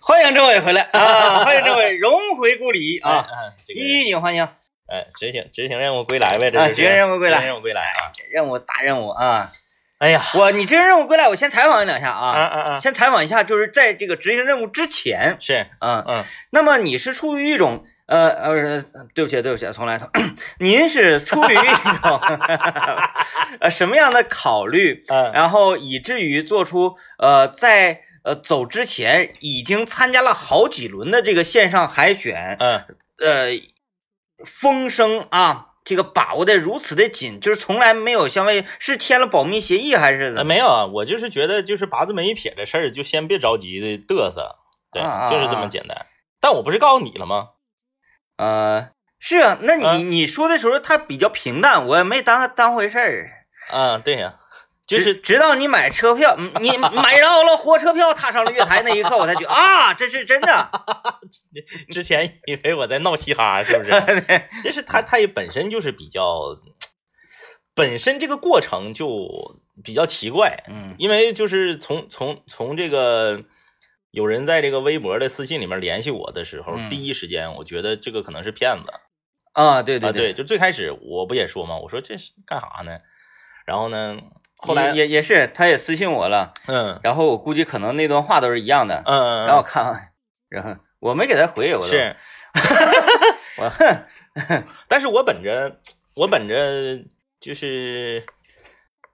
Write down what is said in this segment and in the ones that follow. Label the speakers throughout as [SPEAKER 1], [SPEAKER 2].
[SPEAKER 1] 欢迎政委 回来啊！欢迎政委荣回故里啊！
[SPEAKER 2] 啊，这个
[SPEAKER 1] 一警欢迎，
[SPEAKER 2] 哎，执行执行任务归来呗，这
[SPEAKER 1] 啊
[SPEAKER 2] 是
[SPEAKER 1] 执行任务归来
[SPEAKER 2] 执行任务归来啊！
[SPEAKER 1] 这任务大任务啊！
[SPEAKER 2] 哎呀，
[SPEAKER 1] 我你执行任务归来，我先采访你两下
[SPEAKER 2] 啊
[SPEAKER 1] 啊，
[SPEAKER 2] 啊啊，
[SPEAKER 1] 先采访一下，就是在这个执行任务之前
[SPEAKER 2] 是，
[SPEAKER 1] 啊，
[SPEAKER 2] 嗯，
[SPEAKER 1] 那么你是出于一种呃呃，对不起对不起，重来， 重您是出于一种 呃什么样的考虑？
[SPEAKER 2] 嗯，
[SPEAKER 1] 然后以至于做出呃，在呃走之前已经参加了好几轮的这个线上海选，
[SPEAKER 2] 嗯，
[SPEAKER 1] 呃，风声啊，这个把握的如此的紧，就是从来没有相位是签了保密协议还是
[SPEAKER 2] 呃
[SPEAKER 1] 怎么？
[SPEAKER 2] 没有啊，我就是觉得就是八字没一撇的事儿，就先别着急的嘚瑟，对
[SPEAKER 1] 啊啊，
[SPEAKER 2] 就是这么简单。但我不是告诉你了吗？
[SPEAKER 1] 呃，是啊，那你、
[SPEAKER 2] 啊
[SPEAKER 1] 你说的时候他比较平淡，我也没当当回事儿。
[SPEAKER 2] 嗯，对呀，就
[SPEAKER 1] 直
[SPEAKER 2] 是
[SPEAKER 1] 直到你买车票，嗯 你买到了火车票，踏上了月台那一刻，我才觉得啊，这是真的。
[SPEAKER 2] 之前以为我在闹嘻哈，是不
[SPEAKER 1] 啊
[SPEAKER 2] 是？其实他他也本身就是比较，本身这个过程就比较奇怪，
[SPEAKER 1] 嗯
[SPEAKER 2] 因为就是从从从这个有人在这个微博的私信里面联系我的时候，
[SPEAKER 1] 嗯
[SPEAKER 2] 第一时间我觉得这个可能是骗子
[SPEAKER 1] 啊，对对
[SPEAKER 2] 啊，对，就最开始我不也说嘛，我说这是干啥呢？然后呢，后
[SPEAKER 1] 也
[SPEAKER 2] 来
[SPEAKER 1] 也也是，他也私信我了，
[SPEAKER 2] 嗯
[SPEAKER 1] 然后我估计可能那段话都是一样的，
[SPEAKER 2] 嗯，
[SPEAKER 1] 然后我看完，然后我没给他回，我都
[SPEAKER 2] 是，
[SPEAKER 1] 我哼，
[SPEAKER 2] 但是我本着我本着就是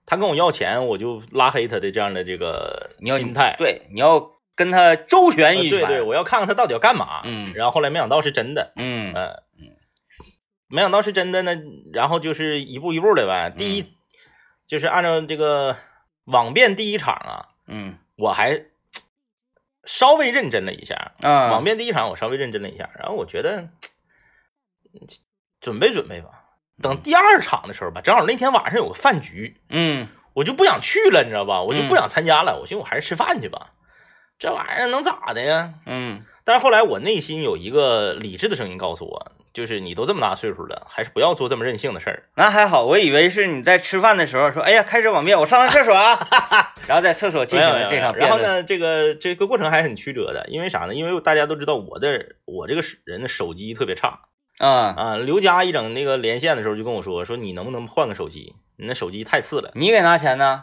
[SPEAKER 2] 他跟我要钱，我就拉黑他的这样的这个
[SPEAKER 1] 你要
[SPEAKER 2] 心态。
[SPEAKER 1] 对，你要跟他周
[SPEAKER 2] 呃
[SPEAKER 1] 旋一番，
[SPEAKER 2] 对对，我要看看他到底要干嘛。
[SPEAKER 1] 嗯
[SPEAKER 2] 然后后来没想到是真的，
[SPEAKER 1] 嗯
[SPEAKER 2] 嗯、没想到是真的呢。然后就是一步一步的呗。第一，就是按照这个网辩第一场啊，
[SPEAKER 1] 嗯
[SPEAKER 2] 我还稍微认真了一下。
[SPEAKER 1] 啊，
[SPEAKER 2] 嗯网辩第一场我稍微认真了一下，然后我觉得准备准备吧，等第二场的时候吧，正好那天晚上有个饭局，
[SPEAKER 1] 嗯
[SPEAKER 2] 我就不想去了，你知道吧？我就不
[SPEAKER 1] 嗯
[SPEAKER 2] 想参加了，我寻思我还是吃饭去吧，这玩意儿能咋的呀？
[SPEAKER 1] 嗯
[SPEAKER 2] 但是后来我内心有一个理智的声音告诉我，就是你都这么大岁数了，还是不要做这么任性的事儿。
[SPEAKER 1] 那还好，我以为是你在吃饭的时候说，哎呀，开始网辩，我上趟厕所啊， 然后在厕所进行了这场
[SPEAKER 2] 哎然
[SPEAKER 1] 辩
[SPEAKER 2] 后
[SPEAKER 1] 论，
[SPEAKER 2] 呢，这个这个过程还是很曲折的，因为啥呢？因为大家都知道我的我这个人的手机特别差，
[SPEAKER 1] 啊，
[SPEAKER 2] 啊，刘佳一整那个连线的时候就跟我说，说你能不能换个手机？你那手机太次了。
[SPEAKER 1] 你给拿钱 呢？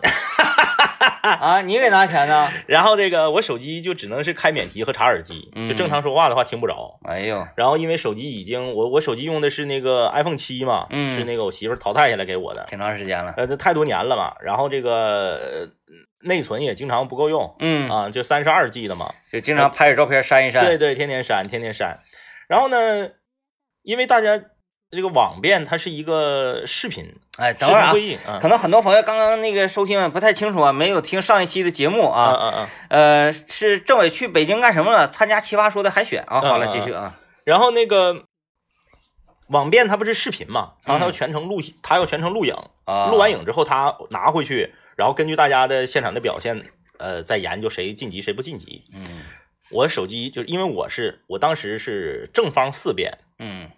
[SPEAKER 1] 啊，你给拿钱呢？
[SPEAKER 2] 然后这个我手机就只能是开免提和插耳机，就正
[SPEAKER 1] 嗯
[SPEAKER 2] 常说话的话听不着。
[SPEAKER 1] 哎呦，
[SPEAKER 2] 然后因为手机已经我我手机用的是那个 iPhone 七嘛，
[SPEAKER 1] 嗯
[SPEAKER 2] 是那个我媳妇儿淘汰下来给我的，
[SPEAKER 1] 挺长时间了，
[SPEAKER 2] 呃，这太多年了嘛。然后这个呃内存也经常不够用
[SPEAKER 1] 嗯，
[SPEAKER 2] 啊，就三十二 G 的嘛。
[SPEAKER 1] 就经常拍着照片删一删，
[SPEAKER 2] 对对，天天删，天天删。然后呢，因为大家这个网辩它是一个视频，
[SPEAKER 1] 哎，
[SPEAKER 2] 视
[SPEAKER 1] 等会儿
[SPEAKER 2] 频
[SPEAKER 1] 啊
[SPEAKER 2] 会。议啊
[SPEAKER 1] 可能很多朋友刚刚那个收听不太清楚啊，没有听上一期的节目
[SPEAKER 2] 啊
[SPEAKER 1] 啊。
[SPEAKER 2] 啊啊！
[SPEAKER 1] 呃，是政委去北京干什么了？参加奇葩说的海选啊。好了，
[SPEAKER 2] 嗯嗯
[SPEAKER 1] 继续啊。
[SPEAKER 2] 然后那个网辩它不是视频嘛，它
[SPEAKER 1] 嗯
[SPEAKER 2] 它要全程录，它要全程录影，
[SPEAKER 1] 啊，
[SPEAKER 2] 录完影之后它拿回去，然后根据大家的现场的表现，呃，再研究谁晋级谁不晋级。
[SPEAKER 1] 嗯
[SPEAKER 2] 我手机就是因为我是我当时是正方四辩，
[SPEAKER 1] 嗯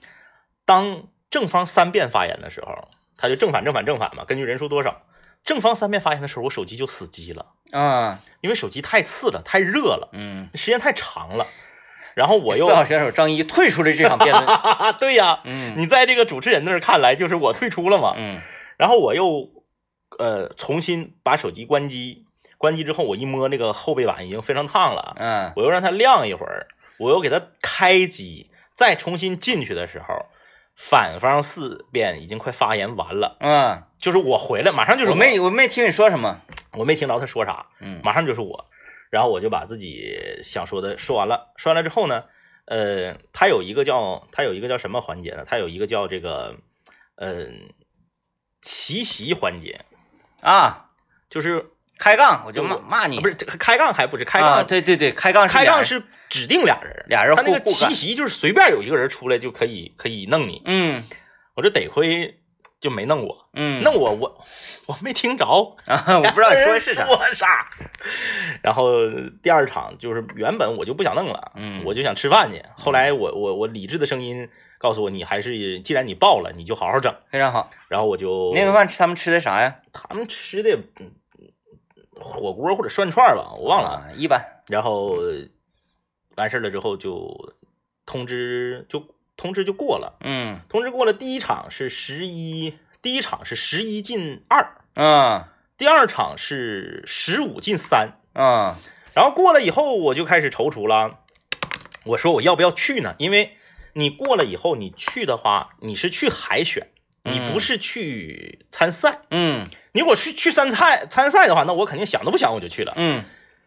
[SPEAKER 2] 当正方三辩发言的时候，他就正反正反正反嘛，根据人数多少。正方三辩发言的时候，我手机就死机了，
[SPEAKER 1] 啊
[SPEAKER 2] 因为手机太刺了，太热了，
[SPEAKER 1] 嗯，
[SPEAKER 2] 时间太长了。然后我又
[SPEAKER 1] 四号选手张一退出了这场辩论。
[SPEAKER 2] 哈哈，对呀，
[SPEAKER 1] 嗯
[SPEAKER 2] 你在这个主持人那儿看来就是我退出了嘛，
[SPEAKER 1] 嗯
[SPEAKER 2] 然后我又呃重新把手机关机，关机之后我一摸那个后背板已经非常烫了，
[SPEAKER 1] 嗯
[SPEAKER 2] 我又让它晾一会儿，我又给它开机，再重新进去的时候，反方四辩已经快发言完了，
[SPEAKER 1] 嗯，
[SPEAKER 2] 就是我回来马上就是
[SPEAKER 1] 我没我没听你说什么。
[SPEAKER 2] 我没听着他说啥，
[SPEAKER 1] 嗯
[SPEAKER 2] 马上就是我，然后我就把自己想说的说完了，说完了之后呢，呃，他有一个叫他有一个叫什么环节呢？他有一个叫这个，呃，奇袭环节，
[SPEAKER 1] 啊，
[SPEAKER 2] 就是
[SPEAKER 1] 开杠我就骂
[SPEAKER 2] 我
[SPEAKER 1] 骂你。
[SPEAKER 2] 啊不
[SPEAKER 1] 是
[SPEAKER 2] 是这个开杠还不是开杠，
[SPEAKER 1] 对对对，开杠
[SPEAKER 2] 开
[SPEAKER 1] 俩
[SPEAKER 2] 杠
[SPEAKER 1] 人
[SPEAKER 2] 是指定俩人，
[SPEAKER 1] 俩人
[SPEAKER 2] 他那
[SPEAKER 1] 互
[SPEAKER 2] 个
[SPEAKER 1] 互干
[SPEAKER 2] 奇。袭就是随便有一个人出来就可以可以弄你，
[SPEAKER 1] 嗯
[SPEAKER 2] 我这得亏就没弄我，
[SPEAKER 1] 嗯，
[SPEAKER 2] 弄我我我没听着，
[SPEAKER 1] 啊 我不知道你说的是 啥。
[SPEAKER 2] 说啥。然后第二场就是原本我就不想弄了，
[SPEAKER 1] 嗯
[SPEAKER 2] 我就想吃饭去。后来我我我理智的声音告诉我，你还是既然你报了，你就好好整。
[SPEAKER 1] 非常好。
[SPEAKER 2] 然后我就
[SPEAKER 1] 那顿饭吃他们吃的啥呀？
[SPEAKER 2] 他们吃
[SPEAKER 1] 啊
[SPEAKER 2] 的嗯火锅或者涮串吧，我忘了。
[SPEAKER 1] 啊，一般。
[SPEAKER 2] 然后完事儿了之后就通知就通知就过了，
[SPEAKER 1] 嗯
[SPEAKER 2] 通知过了。第一场是十一，第一场是十一进二，
[SPEAKER 1] 啊
[SPEAKER 2] 第二场是十五进三。
[SPEAKER 1] 啊
[SPEAKER 2] 然后过了以后，我就开始踌躇了。我说我要不要去呢？因为你过了以后，你去的话，你是去海选，你
[SPEAKER 1] 嗯
[SPEAKER 2] 不是去参赛。
[SPEAKER 1] 嗯
[SPEAKER 2] 你如果去去参赛参赛的话，那我肯定想都不想我就去了。
[SPEAKER 1] 嗯，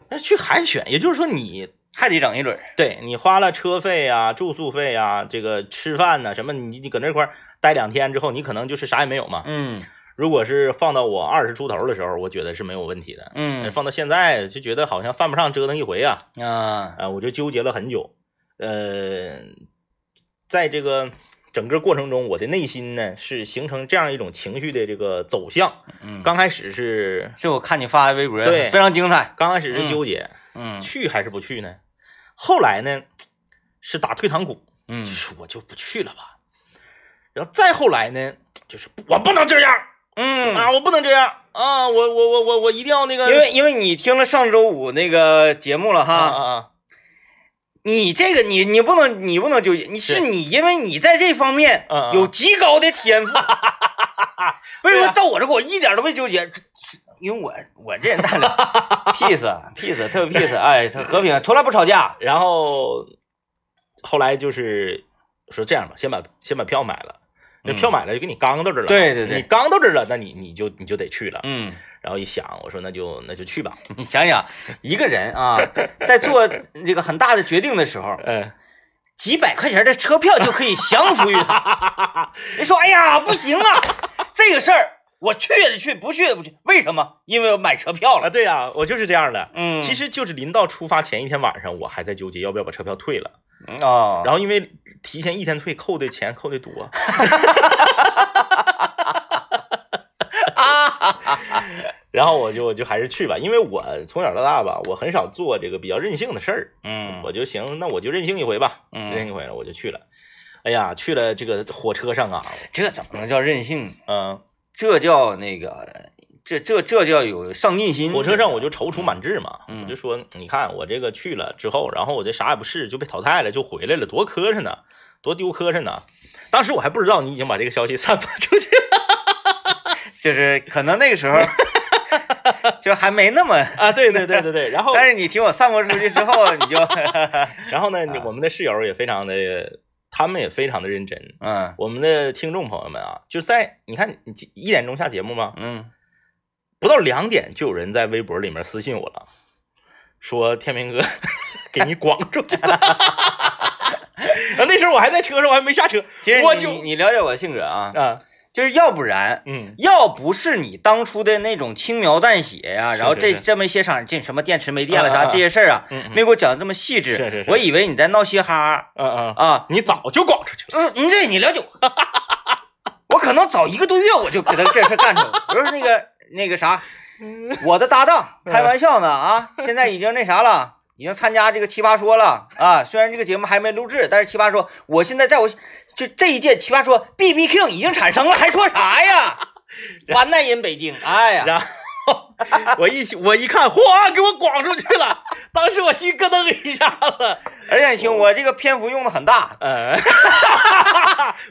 [SPEAKER 2] 但是去海选，也就是说你
[SPEAKER 1] 还得整一轮儿。
[SPEAKER 2] 对你花了车费啊、住宿费啊、这个吃饭呐、什么，你你搁那块儿待两天之后，你可能就是啥也没有嘛。
[SPEAKER 1] 嗯
[SPEAKER 2] 如果是放到我二十出头的时候，我觉得是没有问题的。
[SPEAKER 1] 嗯
[SPEAKER 2] 放到现在就觉得好像犯不上折腾一回啊。
[SPEAKER 1] 啊
[SPEAKER 2] 啊，我就纠结了很久。呃，在这个整个过程中，我的内心呢是形成这样一种情绪的这个走向。
[SPEAKER 1] 嗯，
[SPEAKER 2] 刚开始是
[SPEAKER 1] 这我看你发的微博，
[SPEAKER 2] 对
[SPEAKER 1] 非常精彩。
[SPEAKER 2] 刚开始
[SPEAKER 1] 嗯
[SPEAKER 2] 是纠结、
[SPEAKER 1] 嗯
[SPEAKER 2] 去还是不去呢，后来呢是打退堂鼓，
[SPEAKER 1] 嗯
[SPEAKER 2] 就是我就不去了吧。然后再后来呢，就是不我不能这样
[SPEAKER 1] 嗯，
[SPEAKER 2] 啊，我不能这样啊，我我我我我一定要那个，
[SPEAKER 1] 因为因为你听了上周五那个节目了
[SPEAKER 2] 啊
[SPEAKER 1] 哈，
[SPEAKER 2] 啊啊，
[SPEAKER 1] 你这个你你不能你不能纠结，你是
[SPEAKER 2] 是
[SPEAKER 1] 你因为你在这方面
[SPEAKER 2] 嗯嗯
[SPEAKER 1] 有极高的 天赋，为什
[SPEAKER 2] 对
[SPEAKER 1] 么
[SPEAKER 2] 啊
[SPEAKER 1] 到我这给我一点都没纠结？这因为我我这人大 量 peace 啊 peace 特别 peace，哎，特和平，从来不吵架。
[SPEAKER 2] 然后后来就是说这样吧，先把先把票买了，那
[SPEAKER 1] 嗯
[SPEAKER 2] 票买了就给你刚到这儿了，
[SPEAKER 1] 对对对
[SPEAKER 2] 你刚到这儿了，那你你就你就得去了。
[SPEAKER 1] 嗯，
[SPEAKER 2] 然后一想，我说那就那就去吧，
[SPEAKER 1] 你想想，一个人啊，在做这个很大的决定的时候，
[SPEAKER 2] 嗯，
[SPEAKER 1] 几百块钱的车票就可以降服于他。 你说，哎呀，不行啊，这个事儿我去也得去，不去也不去，为什么？因为我买车票
[SPEAKER 2] 啊
[SPEAKER 1] 了。
[SPEAKER 2] 对呀、我就是这样的。
[SPEAKER 1] 嗯，
[SPEAKER 2] 其实就是临到出发前一天晚上，我还在纠结要不要把车票退了。
[SPEAKER 1] 嗯哦，
[SPEAKER 2] 然后因为提前一天退，扣的钱扣的多， 然后我就我就还是去吧，因为我从小到大吧，我很少做这个比较任性的事儿，
[SPEAKER 1] 嗯，
[SPEAKER 2] 我就行，那我就任性一回吧，
[SPEAKER 1] 嗯
[SPEAKER 2] 任性一回了，我就去了。哎呀，去了这个火车上啊，
[SPEAKER 1] 这怎么能叫任性呢？
[SPEAKER 2] 嗯、
[SPEAKER 1] 这叫那个，这这这叫有上进心。
[SPEAKER 2] 火车上我就踌躇满志嘛，
[SPEAKER 1] 嗯
[SPEAKER 2] 我就说，你看我这个去了之后，然后我这啥也不是，就被淘汰了，就回来了，多磕碜呢，多丢磕碜呢。当时我还不知道你已经把这个消息散发出去了
[SPEAKER 1] 就是可能那个 时候就还没那么，
[SPEAKER 2] 啊！对对对对 对，然后
[SPEAKER 1] 但是你听我散播出去之后，你就
[SPEAKER 2] 然后呢，我们的室友也非常的，他们也非常的认真。
[SPEAKER 1] 嗯
[SPEAKER 2] 我们的听众朋友们啊，就在你看你几一点钟下节目吗？
[SPEAKER 1] 嗯
[SPEAKER 2] 不到两点就有人在微博里面私信我了，说天明哥 给你广出去了。然 后那时候我还在车上，我还没下车，
[SPEAKER 1] 其实
[SPEAKER 2] 我
[SPEAKER 1] 你
[SPEAKER 2] 就
[SPEAKER 1] 你你了解我的性格啊，
[SPEAKER 2] 啊，
[SPEAKER 1] 就是要不然
[SPEAKER 2] 嗯，
[SPEAKER 1] 要不是你当初的那种轻描淡写呀、
[SPEAKER 2] 是
[SPEAKER 1] 然后这
[SPEAKER 2] 是是
[SPEAKER 1] 这么一些场这什么电池没电了
[SPEAKER 2] 啊啊
[SPEAKER 1] 啥
[SPEAKER 2] 啊
[SPEAKER 1] 这些事儿啊，
[SPEAKER 2] 嗯嗯
[SPEAKER 1] 没给我讲的这么细致，
[SPEAKER 2] 是是是
[SPEAKER 1] 我以为你在闹嘻哈
[SPEAKER 2] 嗯嗯，
[SPEAKER 1] 啊，
[SPEAKER 2] 你早就广出去了。
[SPEAKER 1] 就是你这你了解我， 我可能早一个多月我就给他这事儿干出来了，我说那个那个啥， 我的搭档开
[SPEAKER 2] 嗯
[SPEAKER 1] 玩笑呢啊，现在已经那啥了。已经参加这个奇葩说了啊！虽然这个节目还没录制，但是奇葩说，我现在在我就这一届奇葩说 B B King 已经产生了，还说啥呀？完蛋人北京，哎呀！
[SPEAKER 2] 然后我一起我一看，哗，给我广出去了。当时我心咯噔一下子，
[SPEAKER 1] 而且你听，我这个篇幅用的很大，
[SPEAKER 2] 呃，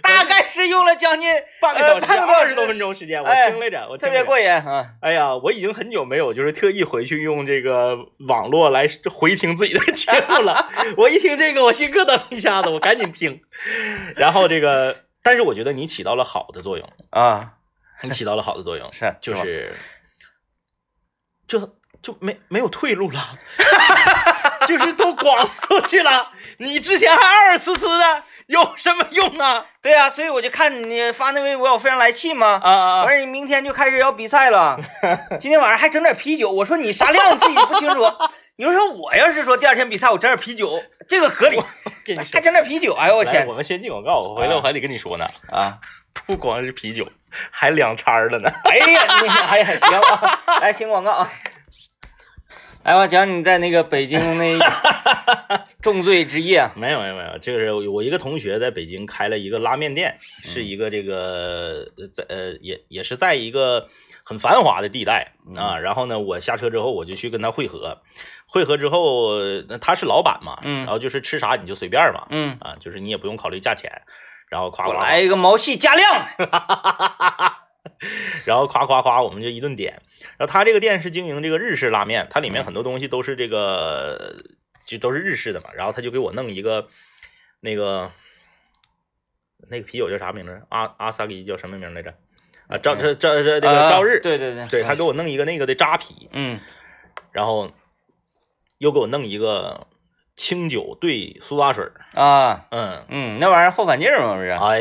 [SPEAKER 1] 大概是用了将近
[SPEAKER 2] 半个小时
[SPEAKER 1] 呃半个多小
[SPEAKER 2] 二
[SPEAKER 1] 时
[SPEAKER 2] 十多分钟时间，我
[SPEAKER 1] 哎
[SPEAKER 2] 听来着，我
[SPEAKER 1] 特别
[SPEAKER 2] 过。
[SPEAKER 1] 过瘾啊！
[SPEAKER 2] 哎呀，我已经很久没有就是特意回去用这个网络来回听自己的节 目了。我一听这个，我心咯噔一下子，我赶紧听。然后这个，但是我觉得你起到了好的作用，
[SPEAKER 1] 啊，
[SPEAKER 2] 你起到了好的作 用，
[SPEAKER 1] 是啊
[SPEAKER 2] 就是
[SPEAKER 1] 吧
[SPEAKER 2] 是就就没没有退路了， 就是都广出去了。你之前还二二呲呲的，有什么用啊？
[SPEAKER 1] 对呀、所以我就看你发那微博，我非常来气嘛。
[SPEAKER 2] 啊啊
[SPEAKER 1] 完
[SPEAKER 2] 啊！
[SPEAKER 1] 事儿你明天就开始要比赛 了，今天晚上还整点啤酒。我说你啥量自己不清 楚，你就说我要是说第二天比赛我整点啤酒，这个合理，
[SPEAKER 2] 跟你说
[SPEAKER 1] 还，整点啤酒，哎呦我
[SPEAKER 2] 来
[SPEAKER 1] 天
[SPEAKER 2] 我们先进广告，我回来我还得跟你说呢。
[SPEAKER 1] 啊！
[SPEAKER 2] 不光是啤酒， 还两掺儿了呢。
[SPEAKER 1] 哎呀，你哎呀行啊，来听广告啊。来，我讲你在那个北京 那重罪之夜啊，
[SPEAKER 2] 没有没有没有，就是我一个同学在北京开了一个拉面店，是一个这个呃在呃也也是嗯在一个很繁华的地带啊。然后呢，我下车之后我就去跟他会合，汇合之后，那他是老板嘛，
[SPEAKER 1] 嗯
[SPEAKER 2] 然后就是吃啥你就随便嘛，
[SPEAKER 1] 嗯，
[SPEAKER 2] 啊，就是你也不用考虑价钱，然后夸
[SPEAKER 1] 我
[SPEAKER 2] 夸夸
[SPEAKER 1] 来一个毛细加量，
[SPEAKER 2] 然后夸夸夸，我们就一顿点。然后他这个店是经营这个日式拉面，它里
[SPEAKER 1] 嗯
[SPEAKER 2] 面很多东西都是这个就都是日式的嘛。然后他就给我弄一个那个那个啤酒叫啥名字？阿阿萨吉叫什么名来着？啊，朝这 这这这个
[SPEAKER 1] 啊
[SPEAKER 2] 朝日，
[SPEAKER 1] 对对对，
[SPEAKER 2] 对他给我弄一个那个的扎啤，
[SPEAKER 1] 嗯
[SPEAKER 2] 然后又给我弄一个清酒兑苏打水儿，
[SPEAKER 1] 啊
[SPEAKER 2] 嗯，
[SPEAKER 1] 嗯，那玩意儿后反劲儿嘛，不是
[SPEAKER 2] 哎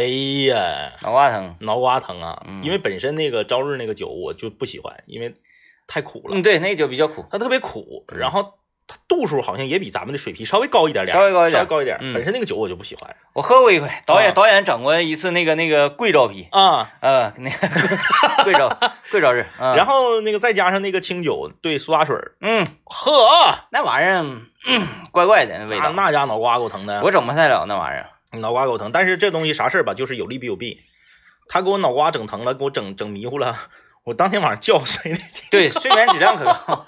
[SPEAKER 2] 呀，
[SPEAKER 1] 脑瓜疼。
[SPEAKER 2] 脑瓜疼啊，
[SPEAKER 1] 嗯
[SPEAKER 2] 因为本身那个朝日那个酒我就不喜欢，因为太苦了，
[SPEAKER 1] 嗯，对，那酒比较苦。
[SPEAKER 2] 它特别苦，
[SPEAKER 1] 嗯
[SPEAKER 2] 然后它度数好像也比咱们的水平稍微高一点点，
[SPEAKER 1] 稍微高一点
[SPEAKER 2] 稍微高一点。
[SPEAKER 1] 嗯
[SPEAKER 2] 本身那个酒我就不喜欢
[SPEAKER 1] 我喝过一回，导演、
[SPEAKER 2] 啊
[SPEAKER 1] 导演整过一次那个那个贵州啤，
[SPEAKER 2] 啊，
[SPEAKER 1] 呃，那 个贵州贵州日，嗯、
[SPEAKER 2] 然
[SPEAKER 1] 后
[SPEAKER 2] 后那个再加上那个清酒兑苏打水儿，
[SPEAKER 1] 嗯，
[SPEAKER 2] 呵，
[SPEAKER 1] 那玩意儿、嗯怪怪的那味
[SPEAKER 2] 那
[SPEAKER 1] 道，
[SPEAKER 2] 那家脑瓜给我疼的，
[SPEAKER 1] 我整不太了那玩意儿。
[SPEAKER 2] 脑瓜给我疼。但是这东西啥事儿吧，就是有利必有弊，他给我脑瓜整疼了，给我整整迷糊了。我当天晚上觉睡的
[SPEAKER 1] 对，睡眠质量可 高，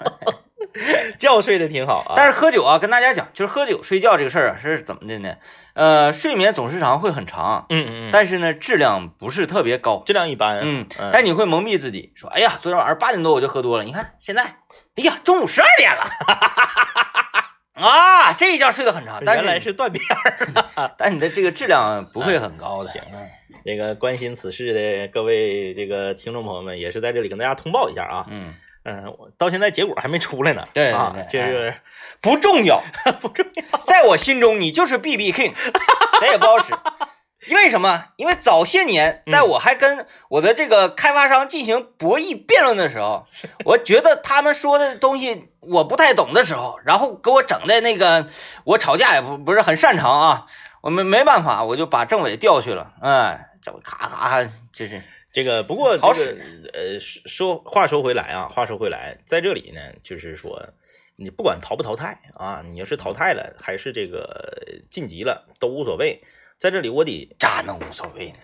[SPEAKER 2] 觉睡的挺好啊，
[SPEAKER 1] 但
[SPEAKER 2] 是
[SPEAKER 1] 是喝酒啊，跟大家讲，就是喝酒睡觉这个事儿啊，是怎么的呢？呃，睡眠总时长会很长，
[SPEAKER 2] 嗯嗯嗯，
[SPEAKER 1] 但是呢，质量不是特别高。
[SPEAKER 2] 质量一般，
[SPEAKER 1] 嗯，
[SPEAKER 2] 嗯
[SPEAKER 1] 但你会蒙蔽自己，说，哎呀，昨天晚上八点多我就喝多了，你看现在， 哎呀，中午十二点 了，啊，这一觉睡得很长，但
[SPEAKER 2] 原来
[SPEAKER 1] 是
[SPEAKER 2] 是断片。
[SPEAKER 1] 但你的这个质量不会很高的。
[SPEAKER 2] 行啊，那个关心此事的各位这个听众朋友们，也是在这里跟大家通报一下啊。
[SPEAKER 1] 嗯，
[SPEAKER 2] 嗯，我到现在结果还没出来呢。
[SPEAKER 1] 对对
[SPEAKER 2] 啊
[SPEAKER 1] 对，哎
[SPEAKER 2] 这是
[SPEAKER 1] 不重要，
[SPEAKER 2] 不重要。
[SPEAKER 1] 在我心中你就是 B B King，谁也不好使。 因为什么？因为早些年，在我还跟我的这个开发商进行博弈辩论的时候，我觉得他们说的东西我不太懂的时候，然后给我整的那个，我吵架也不不是很擅长啊，我没没办法，我就把政委调去了，嗯，这我咔咔，真是，
[SPEAKER 2] 这个不过
[SPEAKER 1] 好
[SPEAKER 2] 这个呃，说说话说回来啊，话说回来，在这里呢，就是说你不管淘不淘汰啊，你要是淘汰了，还是这个呃晋级了，都无所谓。在这里我得，
[SPEAKER 1] 渣那无所谓呢，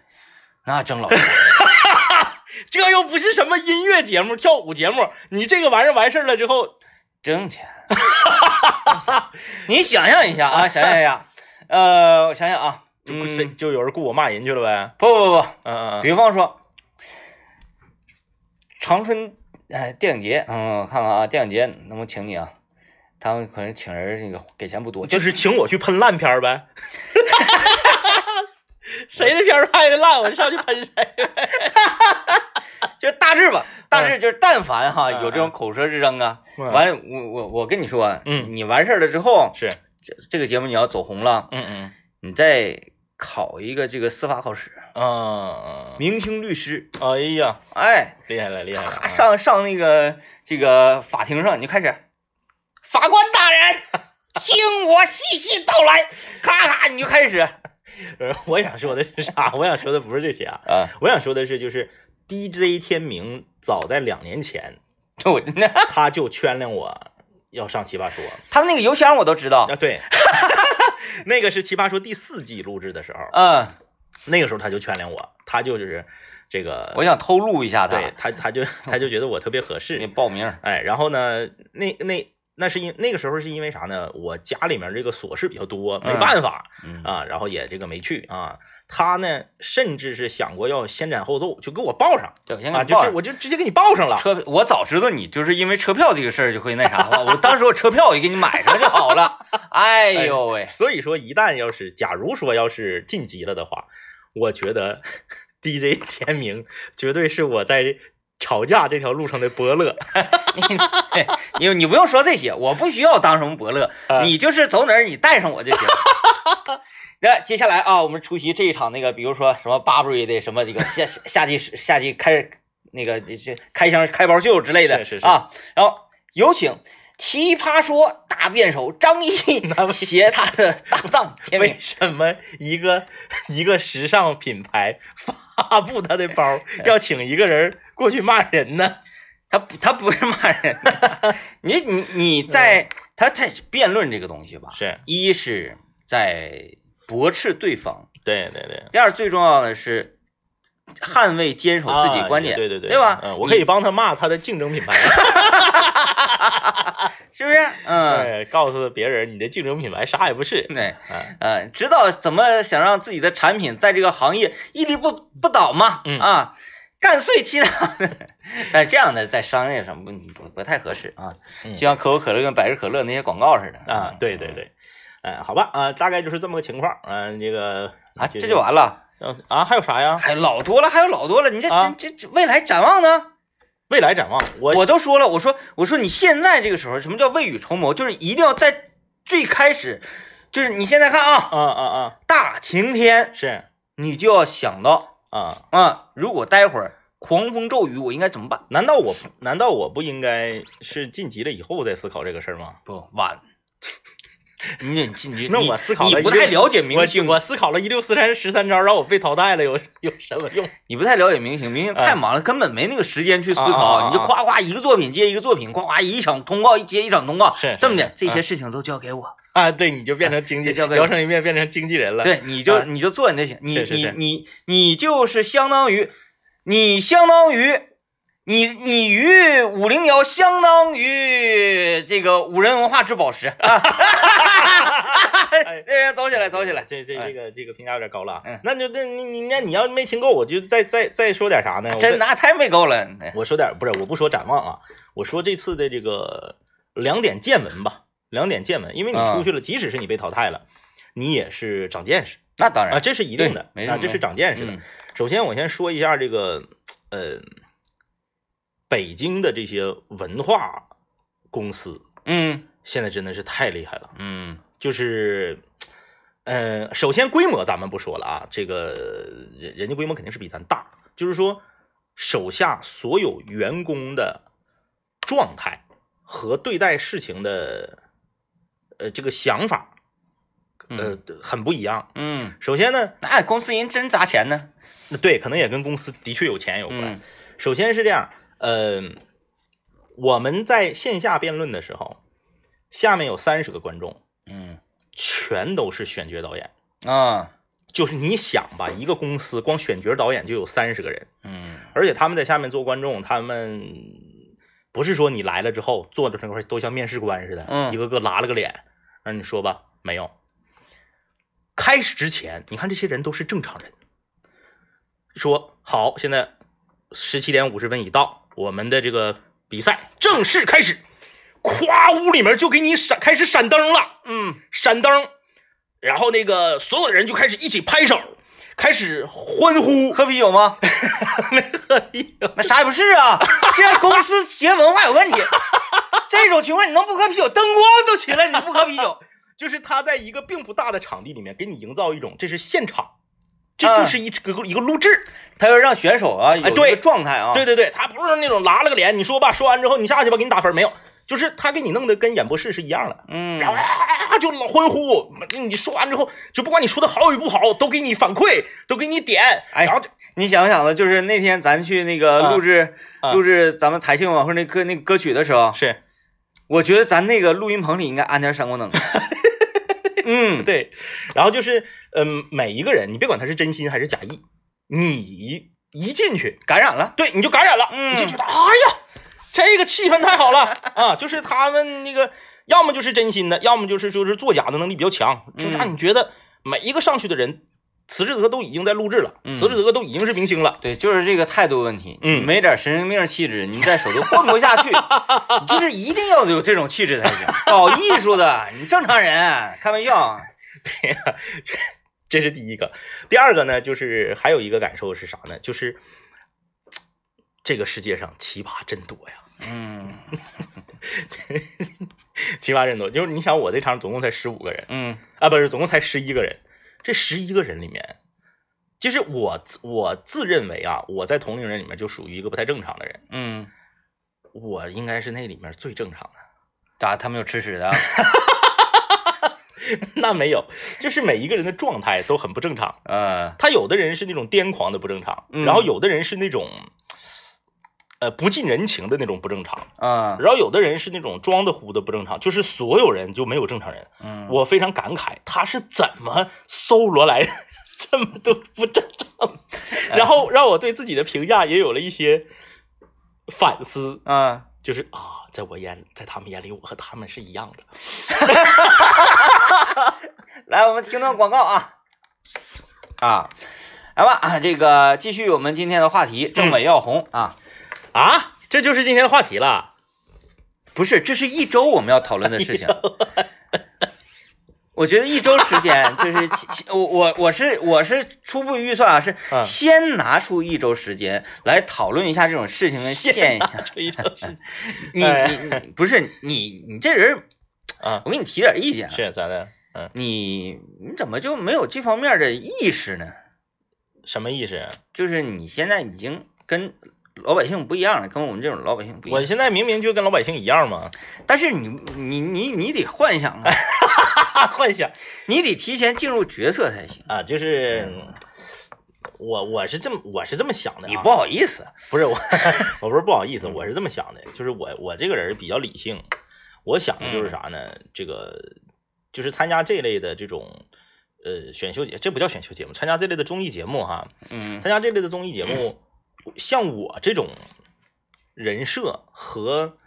[SPEAKER 1] 那郑老师。
[SPEAKER 2] 这又不是什么音乐节目、跳舞节目，你这个玩意儿完事儿了之后，
[SPEAKER 1] 挣 钱。你想象一下啊，想象一下，呃，我想想啊，
[SPEAKER 2] 就
[SPEAKER 1] 嗯
[SPEAKER 2] 谁、就有人雇我骂人去了呗？
[SPEAKER 1] 不不不，
[SPEAKER 2] 嗯嗯嗯。
[SPEAKER 1] 比方说长春哎电影节，嗯，我看看啊，电影节能不能请你啊？他们可能请人那个给钱不多，就
[SPEAKER 2] 嗯就是请我去喷烂片 儿呗。 谁的片儿拍的烂，我就上去喷谁。
[SPEAKER 1] 就大致吧，大致就是但凡哈
[SPEAKER 2] 嗯
[SPEAKER 1] 有这种口舌之争啊，
[SPEAKER 2] 嗯
[SPEAKER 1] 完了我我我跟你说啊，
[SPEAKER 2] 嗯
[SPEAKER 1] 你完事儿了之后，
[SPEAKER 2] 是，
[SPEAKER 1] 这这个节目你要走红了，
[SPEAKER 2] 嗯嗯
[SPEAKER 1] 你再考一个这个司法考试，
[SPEAKER 2] 嗯
[SPEAKER 1] 明星律师，
[SPEAKER 2] 哎呀，
[SPEAKER 1] 哎，
[SPEAKER 2] 厉害了，厉害了！
[SPEAKER 1] 咔
[SPEAKER 2] 啊
[SPEAKER 1] 上上那个这个法庭上，你就开始，法官大人，听我细细道来，咔咔，你就开始啊，
[SPEAKER 2] 不是 我想说的是啥？ 我想说的不是这些啊， 我想说的是，就是 DJ 天明早在两年 前
[SPEAKER 1] 我那
[SPEAKER 2] 他就圈了我要上奇葩说
[SPEAKER 1] 他们那个邮箱我都知道
[SPEAKER 2] 啊，，对， 那个是奇葩说第四季录制的时候，
[SPEAKER 1] 嗯，
[SPEAKER 2] 那个时候他就圈了我，他就是这个，
[SPEAKER 1] 我想偷录一下他，
[SPEAKER 2] 对他他就他就觉得我特别合适，
[SPEAKER 1] 你报名，
[SPEAKER 2] 哎，然后呢，那那那是因那个时候是因为啥呢？我家里面这个琐事比较多，没
[SPEAKER 1] 嗯
[SPEAKER 2] 办法、
[SPEAKER 1] 嗯
[SPEAKER 2] 啊，然后也这个没去啊。他呢，甚至是想过要先斩后奏，就给我报上
[SPEAKER 1] 对，我先给
[SPEAKER 2] 啊，
[SPEAKER 1] 你
[SPEAKER 2] 就
[SPEAKER 1] 报
[SPEAKER 2] 是
[SPEAKER 1] 上。
[SPEAKER 2] 我就直接给你报上了。
[SPEAKER 1] 车，我早知道你就是因为车票这个事儿就会那啥了。我当时我车票我就给你买上就好 了。哎呦喂，
[SPEAKER 2] 所以说，一旦要是假如说要是晋级了的话，我觉得 DJ 天明绝对是我在吵架这条路上的伯 乐。
[SPEAKER 1] 你你不用说这些，我不需要当什么伯乐，
[SPEAKER 2] 啊
[SPEAKER 1] 你就是走哪儿你带上我 就行。那接下来啊，我们出席这一场那个，比如说什么 Burberry 的什么这个夏夏夏季夏季开那个这开箱开包秀之类的，
[SPEAKER 2] 是是是
[SPEAKER 1] 啊，然后有请奇葩说大辩手张 一携他的搭档天
[SPEAKER 2] 为
[SPEAKER 1] 明，
[SPEAKER 2] 什么一个一个时尚品牌发布他的包， 要请一个人过去骂人呢？
[SPEAKER 1] 他不他不是骂人的， 你你你
[SPEAKER 2] 嗯
[SPEAKER 1] 在他他辩论这个东西吧，
[SPEAKER 2] 是
[SPEAKER 1] 一是在驳斥对方。
[SPEAKER 2] 对对对，
[SPEAKER 1] 第二最重要的是捍卫坚守自己观点，
[SPEAKER 2] 啊对对对，
[SPEAKER 1] 对吧？
[SPEAKER 2] 嗯，我可以
[SPEAKER 1] 你
[SPEAKER 2] 啊帮他骂他的竞争品牌。
[SPEAKER 1] 是不是？嗯，
[SPEAKER 2] 哎告诉别人你的竞争品牌啥也不是，
[SPEAKER 1] 对，
[SPEAKER 2] 哎
[SPEAKER 1] 呃，知道怎么想让自己的产品在这个行业屹立不不倒嘛？
[SPEAKER 2] 嗯
[SPEAKER 1] 啊，干碎其他的， 但这样的在商业上不不不太合适啊，
[SPEAKER 2] 嗯
[SPEAKER 1] 就像可口可乐跟百事可乐那些广告似的
[SPEAKER 2] 啊，对对对，哎，好吧啊，大概就是这么个情况，嗯，这个
[SPEAKER 1] 啊，这就
[SPEAKER 2] 就
[SPEAKER 1] 完了，
[SPEAKER 2] 嗯啊，还有啥呀？
[SPEAKER 1] 还有老多了，还有老多了，你这
[SPEAKER 2] 啊
[SPEAKER 1] 这这这未来展望呢？
[SPEAKER 2] 未来展望，我
[SPEAKER 1] 我都说了，我说我说你现在这个时候，什么叫未雨绸缪？就是一定要在最开始，就是你现在看啊，
[SPEAKER 2] 啊啊啊，
[SPEAKER 1] 大晴天，
[SPEAKER 2] 是
[SPEAKER 1] 你就要想到
[SPEAKER 2] 啊，
[SPEAKER 1] 啊，如果待会儿狂风骤雨，我应该怎么办？
[SPEAKER 2] 难道我难道我不应该是晋级了以后再思考这个事儿吗？
[SPEAKER 1] 不晚。你你你
[SPEAKER 2] 那我思考
[SPEAKER 1] 你
[SPEAKER 2] 了
[SPEAKER 1] 不
[SPEAKER 2] 一个
[SPEAKER 1] 太了解明
[SPEAKER 2] 我
[SPEAKER 1] 星，
[SPEAKER 2] 我思考了一六四三十三招，让我被淘汰了，有有什么 用？
[SPEAKER 1] 你不太了解明星，明星太忙了，根本没那个时间去思考。
[SPEAKER 2] 嗯啊啊啊啊
[SPEAKER 1] 你就夸夸一个作品接一个作品，夸夸一场通告接一场通告，
[SPEAKER 2] 是是
[SPEAKER 1] 这么的，
[SPEAKER 2] 是嗯
[SPEAKER 1] 这些事情都交给我。
[SPEAKER 2] 啊，对，你就变成经济，
[SPEAKER 1] 这叫个
[SPEAKER 2] 摇身一变变成经纪人了。，
[SPEAKER 1] 对，你就、
[SPEAKER 2] 啊
[SPEAKER 1] 你就做你的行，你
[SPEAKER 2] 是是是
[SPEAKER 1] 你你你就是相当于，你相当于，你你与五零幺相当于这个五人文化之 宝石啊！哎哎，走起来，走起来，
[SPEAKER 2] 这这
[SPEAKER 1] 哎
[SPEAKER 2] 这个这个评价有点高了啊。
[SPEAKER 1] 嗯
[SPEAKER 2] 那就那你你那你要没听够，我就再再再说点啥哎呢？我再
[SPEAKER 1] 啊真拿太没够了，哎
[SPEAKER 2] 我说点不是，我不说展望啊，我说这次的这个两点见闻吧，两点见闻，因为你
[SPEAKER 1] 啊
[SPEAKER 2] 出去了，即使是你被淘汰了，你也是长见识
[SPEAKER 1] 那当然
[SPEAKER 2] 啊，这是一定的
[SPEAKER 1] 哎对没什
[SPEAKER 2] 啊，
[SPEAKER 1] 么
[SPEAKER 2] 这是长见识的
[SPEAKER 1] 嗯。
[SPEAKER 2] 首先，我先说一下这个呃，北京的这些文化公司
[SPEAKER 1] 嗯
[SPEAKER 2] 现在真的是太厉害了，
[SPEAKER 1] 嗯
[SPEAKER 2] 就是。呃，首先规模咱们不说了啊，这个人人家规模肯定是比咱大，就是说手下所有员工的状态和对待事情的呃这个想法，呃很不一样。
[SPEAKER 1] 嗯，
[SPEAKER 2] 首先呢，
[SPEAKER 1] 那公司人真砸钱呢，
[SPEAKER 2] 那对，可能也跟公司的确有钱有关。
[SPEAKER 1] 嗯
[SPEAKER 2] 首先是这样，呃，我们在线下辩论的时候，下面有三十个观众，
[SPEAKER 1] 嗯
[SPEAKER 2] 全都是选角导演。
[SPEAKER 1] 啊
[SPEAKER 2] 就是你想吧，一个公司光选角导演就有三十个人，
[SPEAKER 1] 嗯
[SPEAKER 2] 而且他们在下面做观众，他们不是说你来了之后坐在那块儿都像面试官似的，
[SPEAKER 1] 嗯
[SPEAKER 2] 一个个拉了个脸，让你说吧，没有。开始之前，你看这些人都是正常人，说好，现在十七点五十分已到，我们的这个比赛正式开始，咵，屋里面就给你闪开始闪灯了。
[SPEAKER 1] 嗯
[SPEAKER 2] 闪灯，然后那个所有的人就开始一起拍手，开始欢呼。
[SPEAKER 1] 喝啤酒 吗？那啥也不是啊，这样公司企业文化有问 题。这种情况你能不喝啤酒？灯光都起来，你不喝啤酒？
[SPEAKER 2] 就是他在一个并不大的场地里面给你营造一种这是现场，这
[SPEAKER 1] 啊
[SPEAKER 2] 就是一个、一个录制。
[SPEAKER 1] 他要让选手啊有一
[SPEAKER 2] 对
[SPEAKER 1] 个状态啊，
[SPEAKER 2] 对对对，他不是那种拉了个脸，你说吧，说完之后你下去吧，给你打分没有？就是他给你弄得跟演播室是一样的，
[SPEAKER 1] 嗯
[SPEAKER 2] 然后啊就老欢呼，你说完之后就不管你说的好与不好，都给你反馈，都给你点，
[SPEAKER 1] 哎
[SPEAKER 2] 然后这
[SPEAKER 1] 你想想吧，就是那天咱去那个录制、
[SPEAKER 2] 啊
[SPEAKER 1] 录制咱们台庆晚会那歌那歌曲的时候，
[SPEAKER 2] 是
[SPEAKER 1] 我觉得咱那个录音棚里应该安点闪光灯。 嗯，
[SPEAKER 2] 对，然后就是，嗯，每一个人，你别管他是真心还是假意，你一一进去，
[SPEAKER 1] 感染了。
[SPEAKER 2] 对，你就感染了，你就觉得，哎呀，这个气氛太好了啊！就是他们那个，要么就是真心的，要么就是就是作假的能力比较强，就是让你觉得每一个上去的人，此时此刻都已经在录制了，此时此刻都已经是明星了。
[SPEAKER 1] 对，就是这个态度问题。
[SPEAKER 2] 嗯
[SPEAKER 1] 你没点神经病气质，你在首都混不下去。你就是一定要有这种气质才行。搞艺术的，你正常人，开玩笑。
[SPEAKER 2] 这是第一个，第二个呢，就是还有一个感受是啥呢？就是这个世界上奇葩真多呀。
[SPEAKER 1] 嗯
[SPEAKER 2] 奇葩真多，就是你想我这场总共才十五个人
[SPEAKER 1] 嗯
[SPEAKER 2] 啊，不是，总共才十一个人。这十一个人里面，就是我自我自认为啊，我在同龄人里面就属于一个不太正常的人，
[SPEAKER 1] 嗯，
[SPEAKER 2] 我应该是那里面最正常的。
[SPEAKER 1] 咋他们有吃屎的？
[SPEAKER 2] 那没有，就是每一个人的状态都很不正常。
[SPEAKER 1] 嗯
[SPEAKER 2] 他有的人是那种癫狂的不正常，
[SPEAKER 1] 嗯
[SPEAKER 2] 然后有的人是那种，呃，不近人情的那种不正常，
[SPEAKER 1] 嗯
[SPEAKER 2] 然后有的人是那种装的糊的不正常，就是所有人就没有正常人。
[SPEAKER 1] 嗯，
[SPEAKER 2] 我非常感慨，他是怎么搜罗来这么多不正 常，
[SPEAKER 1] 哎
[SPEAKER 2] 然后让我对自己的评价也有了一些反思。
[SPEAKER 1] 嗯
[SPEAKER 2] 就是啊，在我眼，在他们眼里，我和他们是一样的。
[SPEAKER 1] 来，我们听段广告啊啊，来吧啊，这个继续我们今天的话题，政委要红啊，
[SPEAKER 2] 啊，这就是今天的话题了。
[SPEAKER 1] 不是，这是一周我们要讨论的事情。我觉得一周时间，就是其其我我我是我是初步预算啊，是
[SPEAKER 2] 嗯
[SPEAKER 1] 先拿出一周时间来讨论一下这种事情的现 象。
[SPEAKER 2] 这一周是
[SPEAKER 1] 你
[SPEAKER 2] 哎
[SPEAKER 1] 你你不是你你这人，
[SPEAKER 2] 啊，
[SPEAKER 1] 我给你提点意见啊，
[SPEAKER 2] 是咋的？嗯，
[SPEAKER 1] 你你怎么就没有这方面的意识呢？
[SPEAKER 2] 什么意思？
[SPEAKER 1] 就是你现在已经跟老百姓不一样了，跟我们这种老百姓不一
[SPEAKER 2] 我
[SPEAKER 1] 样。
[SPEAKER 2] 现在明明就跟老百姓一 样嘛，
[SPEAKER 1] 但是你你你你得幻 想啊，
[SPEAKER 2] 啊，幻想
[SPEAKER 1] 你得提前进入角色才行。
[SPEAKER 2] 啊，就是我我是这么我是这么想的、
[SPEAKER 1] 嗯
[SPEAKER 2] 啊，
[SPEAKER 1] 你不好意思，
[SPEAKER 2] 不是我，我不是不好意思，我是这么想的，就是我我这个人比较理性，我想的就是啥呢？这个就是参加这类的这种呃选秀节，这不叫选秀节目，参加这类的综艺节目哈，
[SPEAKER 1] 嗯
[SPEAKER 2] 参加这类的综艺节目，像我这种人设和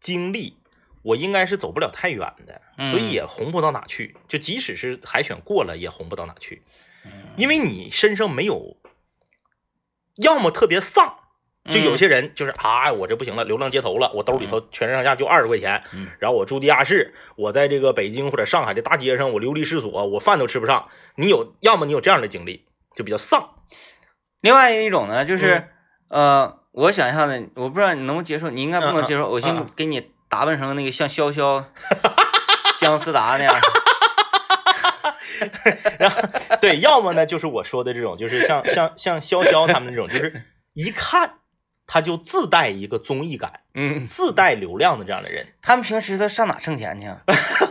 [SPEAKER 2] 经历，我应该是走不了太远的，
[SPEAKER 1] 嗯
[SPEAKER 2] 所以也红不到哪去。就即使是海选过了，也红不到哪去，
[SPEAKER 1] 嗯
[SPEAKER 2] 因为你身上没有，要么特别丧。
[SPEAKER 1] 嗯
[SPEAKER 2] 就有些人就是啊，我这不行了，流浪街头了，我兜里头全身上下就二十块钱，
[SPEAKER 1] 嗯
[SPEAKER 2] 然后我住地下室，我在这个北京或者上海的大街上，我流离失所，我饭都吃不上。你有，要么你有这样的经历，就比较丧，
[SPEAKER 1] 另外一种呢，就是、
[SPEAKER 2] 嗯
[SPEAKER 1] 呃，我想象的，我不知道你能不能接受，你应该不能接受。我
[SPEAKER 2] 嗯
[SPEAKER 1] 先
[SPEAKER 2] 嗯
[SPEAKER 1] 给你打扮成那个像潇潇、 姜思达 那样。
[SPEAKER 2] 对，要么呢就是我说的这种，就是像像像潇潇他们那种，就是一看他就自带一个综艺感、
[SPEAKER 1] 嗯，
[SPEAKER 2] 自带流量的这样的人。
[SPEAKER 1] 他们平时都上哪挣钱去啊？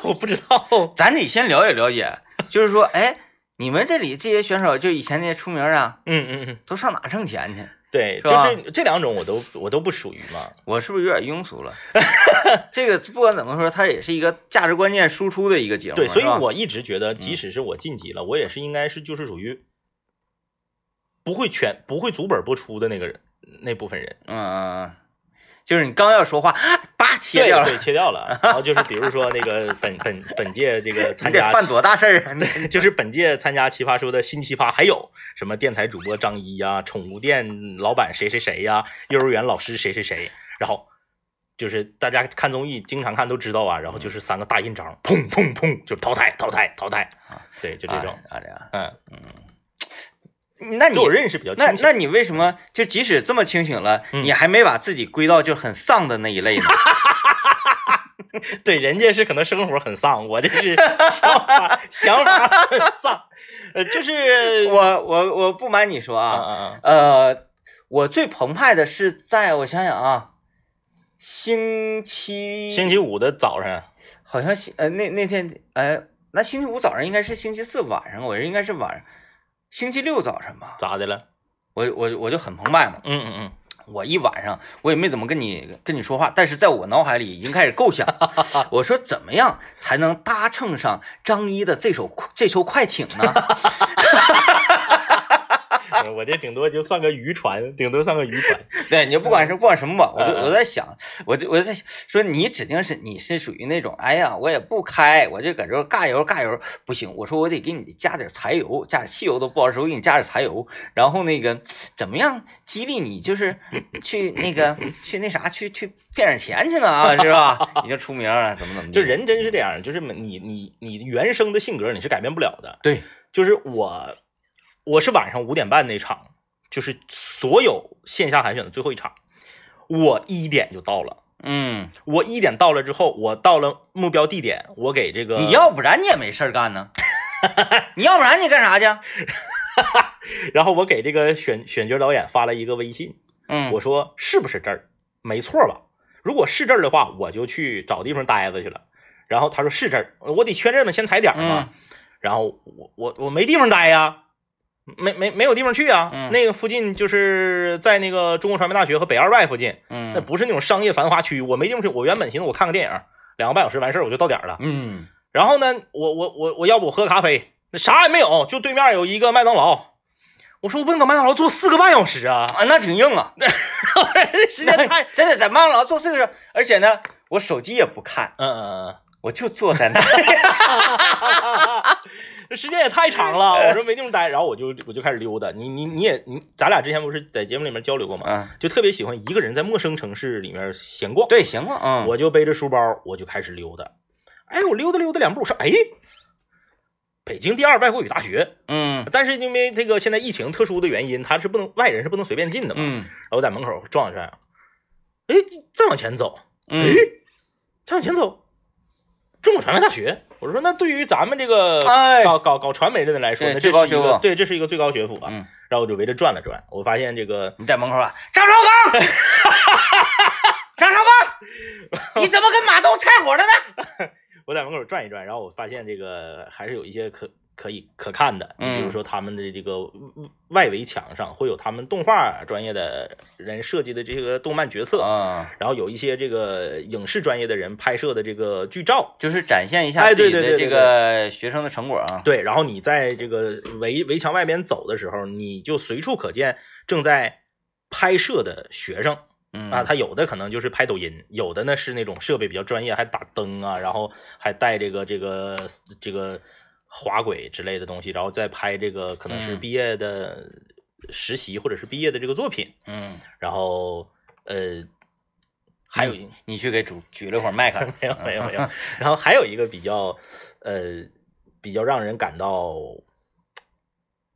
[SPEAKER 2] 我不知道，
[SPEAKER 1] 咱得先了解了解，就是说，哎，你们这里这些选手，就以前那些出名儿啊，
[SPEAKER 2] 嗯嗯嗯，
[SPEAKER 1] 都上哪挣钱去？是
[SPEAKER 2] 对，
[SPEAKER 1] 吧
[SPEAKER 2] 就是这两种我都我都不属于嘛。
[SPEAKER 1] 我是不是有点庸俗了？ 这个不管怎么说，它也是一个价值观念输出的一个节目。
[SPEAKER 2] 对，所以
[SPEAKER 1] 是吧嗯
[SPEAKER 2] 我一直觉得，即使是我晋级了，我也是应该是就是属于不会全不会足本播出的那个人那部分人。
[SPEAKER 1] 嗯嗯，嗯就是你刚要说话，啊叭切
[SPEAKER 2] 对
[SPEAKER 1] 掉了，
[SPEAKER 2] 对，切掉了。然后就是比如说那个本本本届这个参
[SPEAKER 1] 你得
[SPEAKER 2] 加
[SPEAKER 1] 犯多大事儿啊？你
[SPEAKER 2] 就是本届参加奇葩说的新奇葩，还有什么电台主播张一呀、宠物店老板谁谁谁呀、幼儿园老师谁谁谁，然后就是大家看综艺经常看都知道啊，然后就是三个大印章，砰砰砰就淘汰淘汰淘汰，对，就这种，
[SPEAKER 1] 啊这样，
[SPEAKER 2] 嗯，
[SPEAKER 1] 那你
[SPEAKER 2] 对我认识比较
[SPEAKER 1] 那
[SPEAKER 2] 清晰
[SPEAKER 1] 那。你为什么就即使这么清醒了，
[SPEAKER 2] 嗯
[SPEAKER 1] 你还没把自己归到就很丧的那一 类呢？
[SPEAKER 2] 对，人家是可能生活很丧，我这是想法想法很丧，呃，就是
[SPEAKER 1] 我我我不瞒你说
[SPEAKER 2] 啊
[SPEAKER 1] 啊，
[SPEAKER 2] 啊
[SPEAKER 1] 呃，我最澎湃的是在我想想啊，星期
[SPEAKER 2] 星期五的早上，
[SPEAKER 1] 好像星呃那那天哎，那星期五早上应该是星期四晚上，我应该是晚上，星期六早晨吧，
[SPEAKER 2] 咋的了？
[SPEAKER 1] 我我我就很澎湃嘛，
[SPEAKER 2] 嗯嗯嗯。
[SPEAKER 1] 我一晚上我也没怎么跟你跟你说话，但是在我脑海里已经开始构想， 我说怎么样才能搭乘上张一的这首这艘快艇呢？啊
[SPEAKER 2] 嗯我这顶多就算个渔船，顶多算个渔船。
[SPEAKER 1] 对，你就不管是不管什么吧，我就
[SPEAKER 2] 嗯嗯
[SPEAKER 1] 我在想，我就我在想说，你指定是你是属于那种，哎呀，我也不开，我就搁这儿尬油尬油，不行，我说我得给你加点柴油，加点汽油都不好使，我给你加点柴油，然后那个怎么样激励你，就是去那个去那啥去去骗点钱去呢啊，是吧？已 经出名了，怎么怎么地
[SPEAKER 2] 就人真是这样，就是你你你原生的性格你是改变不了的。
[SPEAKER 1] 对，
[SPEAKER 2] 就是我，我是晚上五点半那场，就是所有线下海选的最后一场，我一点就到了。
[SPEAKER 1] 嗯，
[SPEAKER 2] 我一点到了之后，我到了目标地点，我给这个
[SPEAKER 1] 你，要不然你也没事儿干呢， 你要不然你干啥去？
[SPEAKER 2] 然后我给这个选选角导演发了一个微信，
[SPEAKER 1] 嗯，
[SPEAKER 2] 我说是不是这儿？没错吧？如果是这儿的话，我就去找地方待着去了。然后他说是这儿，我得确认嘛，先踩点儿
[SPEAKER 1] 嗯
[SPEAKER 2] 嘛。然后我我我没地方待呀，没没没有地方去啊。
[SPEAKER 1] 嗯
[SPEAKER 2] 那个附近就是在那个中国传媒大学和北二外附近，
[SPEAKER 1] 嗯
[SPEAKER 2] 那不是那种商业繁华区，我没地方去。我原本寻思我看个电影，两个半小时完事儿我就到点儿了。
[SPEAKER 1] 嗯
[SPEAKER 2] 然后呢，我我我我要不我喝咖啡，那啥也没有，就对面有一个麦当劳，我说我不能搁麦当劳坐四个半小时啊，
[SPEAKER 1] 啊，那挺硬 啊，
[SPEAKER 2] 时间太……
[SPEAKER 1] 真的在麦当劳做四个小时，而且呢，我手机也不看，
[SPEAKER 2] 嗯嗯
[SPEAKER 1] 我就坐在那儿。
[SPEAKER 2] 嗯，时间也太长了。我说没地方待，然后我就我就开始溜达。你你你也你，咱俩之前不是在节目里面交流过吗？
[SPEAKER 1] 啊，
[SPEAKER 2] 就特别喜欢一个人在陌生城市里面闲 逛。
[SPEAKER 1] 对，行啊，嗯，
[SPEAKER 2] 我就背着书包，我就开始溜达。哎，我溜达溜达两步，我说，哎，北京第二外国语大学，
[SPEAKER 1] 嗯
[SPEAKER 2] 但是因为这个现在疫情特殊的原因，他是不能外人是不能随便进的嘛。
[SPEAKER 1] 嗯
[SPEAKER 2] 然后我在门口转了转，哎，再往前走，哎
[SPEAKER 1] 嗯，，
[SPEAKER 2] 再往前走，中国传媒大学。我说，那对于咱们这个
[SPEAKER 1] 哎，
[SPEAKER 2] 搞搞搞传媒的人来说，
[SPEAKER 1] 对
[SPEAKER 2] 那
[SPEAKER 1] 最
[SPEAKER 2] 这
[SPEAKER 1] 高
[SPEAKER 2] 是一
[SPEAKER 1] 学
[SPEAKER 2] 个
[SPEAKER 1] 府
[SPEAKER 2] 对，这是一个最高学府啊。
[SPEAKER 1] 嗯
[SPEAKER 2] 然后我就围着转了转，我发现这 个
[SPEAKER 1] 你在门口啊，张绍刚， 张绍 刚，你怎么跟马东拆伙了呢？
[SPEAKER 2] 我在门口转一转，然后我发现这个还是有一些可可以可看的，你
[SPEAKER 1] 嗯
[SPEAKER 2] 比如说他们的这个外围墙上会有他们动画专业的人设计的这个动漫角色，
[SPEAKER 1] 啊，
[SPEAKER 2] 然后有一些这个影视专业的人拍摄的这个剧照。
[SPEAKER 1] 就是展现一下
[SPEAKER 2] 哎
[SPEAKER 1] 自
[SPEAKER 2] 对
[SPEAKER 1] 己
[SPEAKER 2] 对
[SPEAKER 1] 的
[SPEAKER 2] 对
[SPEAKER 1] 这
[SPEAKER 2] 对
[SPEAKER 1] 个学生的成果啊。
[SPEAKER 2] 对，然后你在这个围围墙外边走的时候，你就随处可见正在拍摄的学生
[SPEAKER 1] 嗯
[SPEAKER 2] 啊，他有的可能就是拍抖音，有的呢是那种设备比较专业，还打灯啊，然后还带这个这个这个滑轨之类的东西，然后再拍这个可能是
[SPEAKER 1] 嗯
[SPEAKER 2] 毕业的实习或者是毕业的这个作品，
[SPEAKER 1] 嗯，
[SPEAKER 2] 然后呃，还有一
[SPEAKER 1] 你去给主举了会儿麦 克，
[SPEAKER 2] 没有没有没有，
[SPEAKER 1] 啊
[SPEAKER 2] 然后还有一个比较呃比较让人感到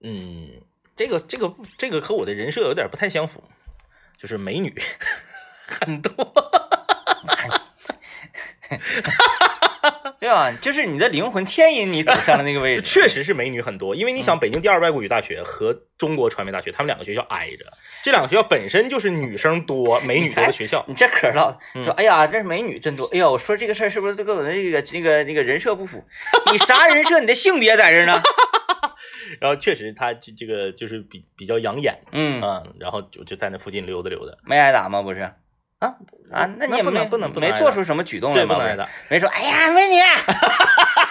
[SPEAKER 2] 嗯，这个这个这个和我的人设有点不太相符，就是 美女很多。
[SPEAKER 1] 对吧？就是你的灵魂牵引你走向了那个 位置，
[SPEAKER 2] 确实是美女很多，因为你
[SPEAKER 1] 嗯
[SPEAKER 2] 想，北京第二外国语大学和中国传媒大学，他们两个学校挨着，这两个学校本身就是女生多、美女多的学 校。
[SPEAKER 1] 你这嗑唠的，
[SPEAKER 2] 嗯
[SPEAKER 1] 说哎呀，这美女真多，哎呀，我说这个事儿是不是跟我的这个这个那个人设不符？你啥人设？你的性别在这儿 呢？
[SPEAKER 2] 然后确实，她这这个就是比比较养眼，
[SPEAKER 1] 嗯，
[SPEAKER 2] 嗯，然后就就在那附近溜达溜达
[SPEAKER 1] 没挨打吗？不是啊，
[SPEAKER 2] 啊
[SPEAKER 1] 那你也
[SPEAKER 2] 不能
[SPEAKER 1] 没
[SPEAKER 2] 不能不能
[SPEAKER 1] 没
[SPEAKER 2] 挨
[SPEAKER 1] 做
[SPEAKER 2] 打
[SPEAKER 1] 出什么举动来
[SPEAKER 2] 对，不
[SPEAKER 1] 吗？
[SPEAKER 2] 能挨打，
[SPEAKER 1] 没说哎呀，美女，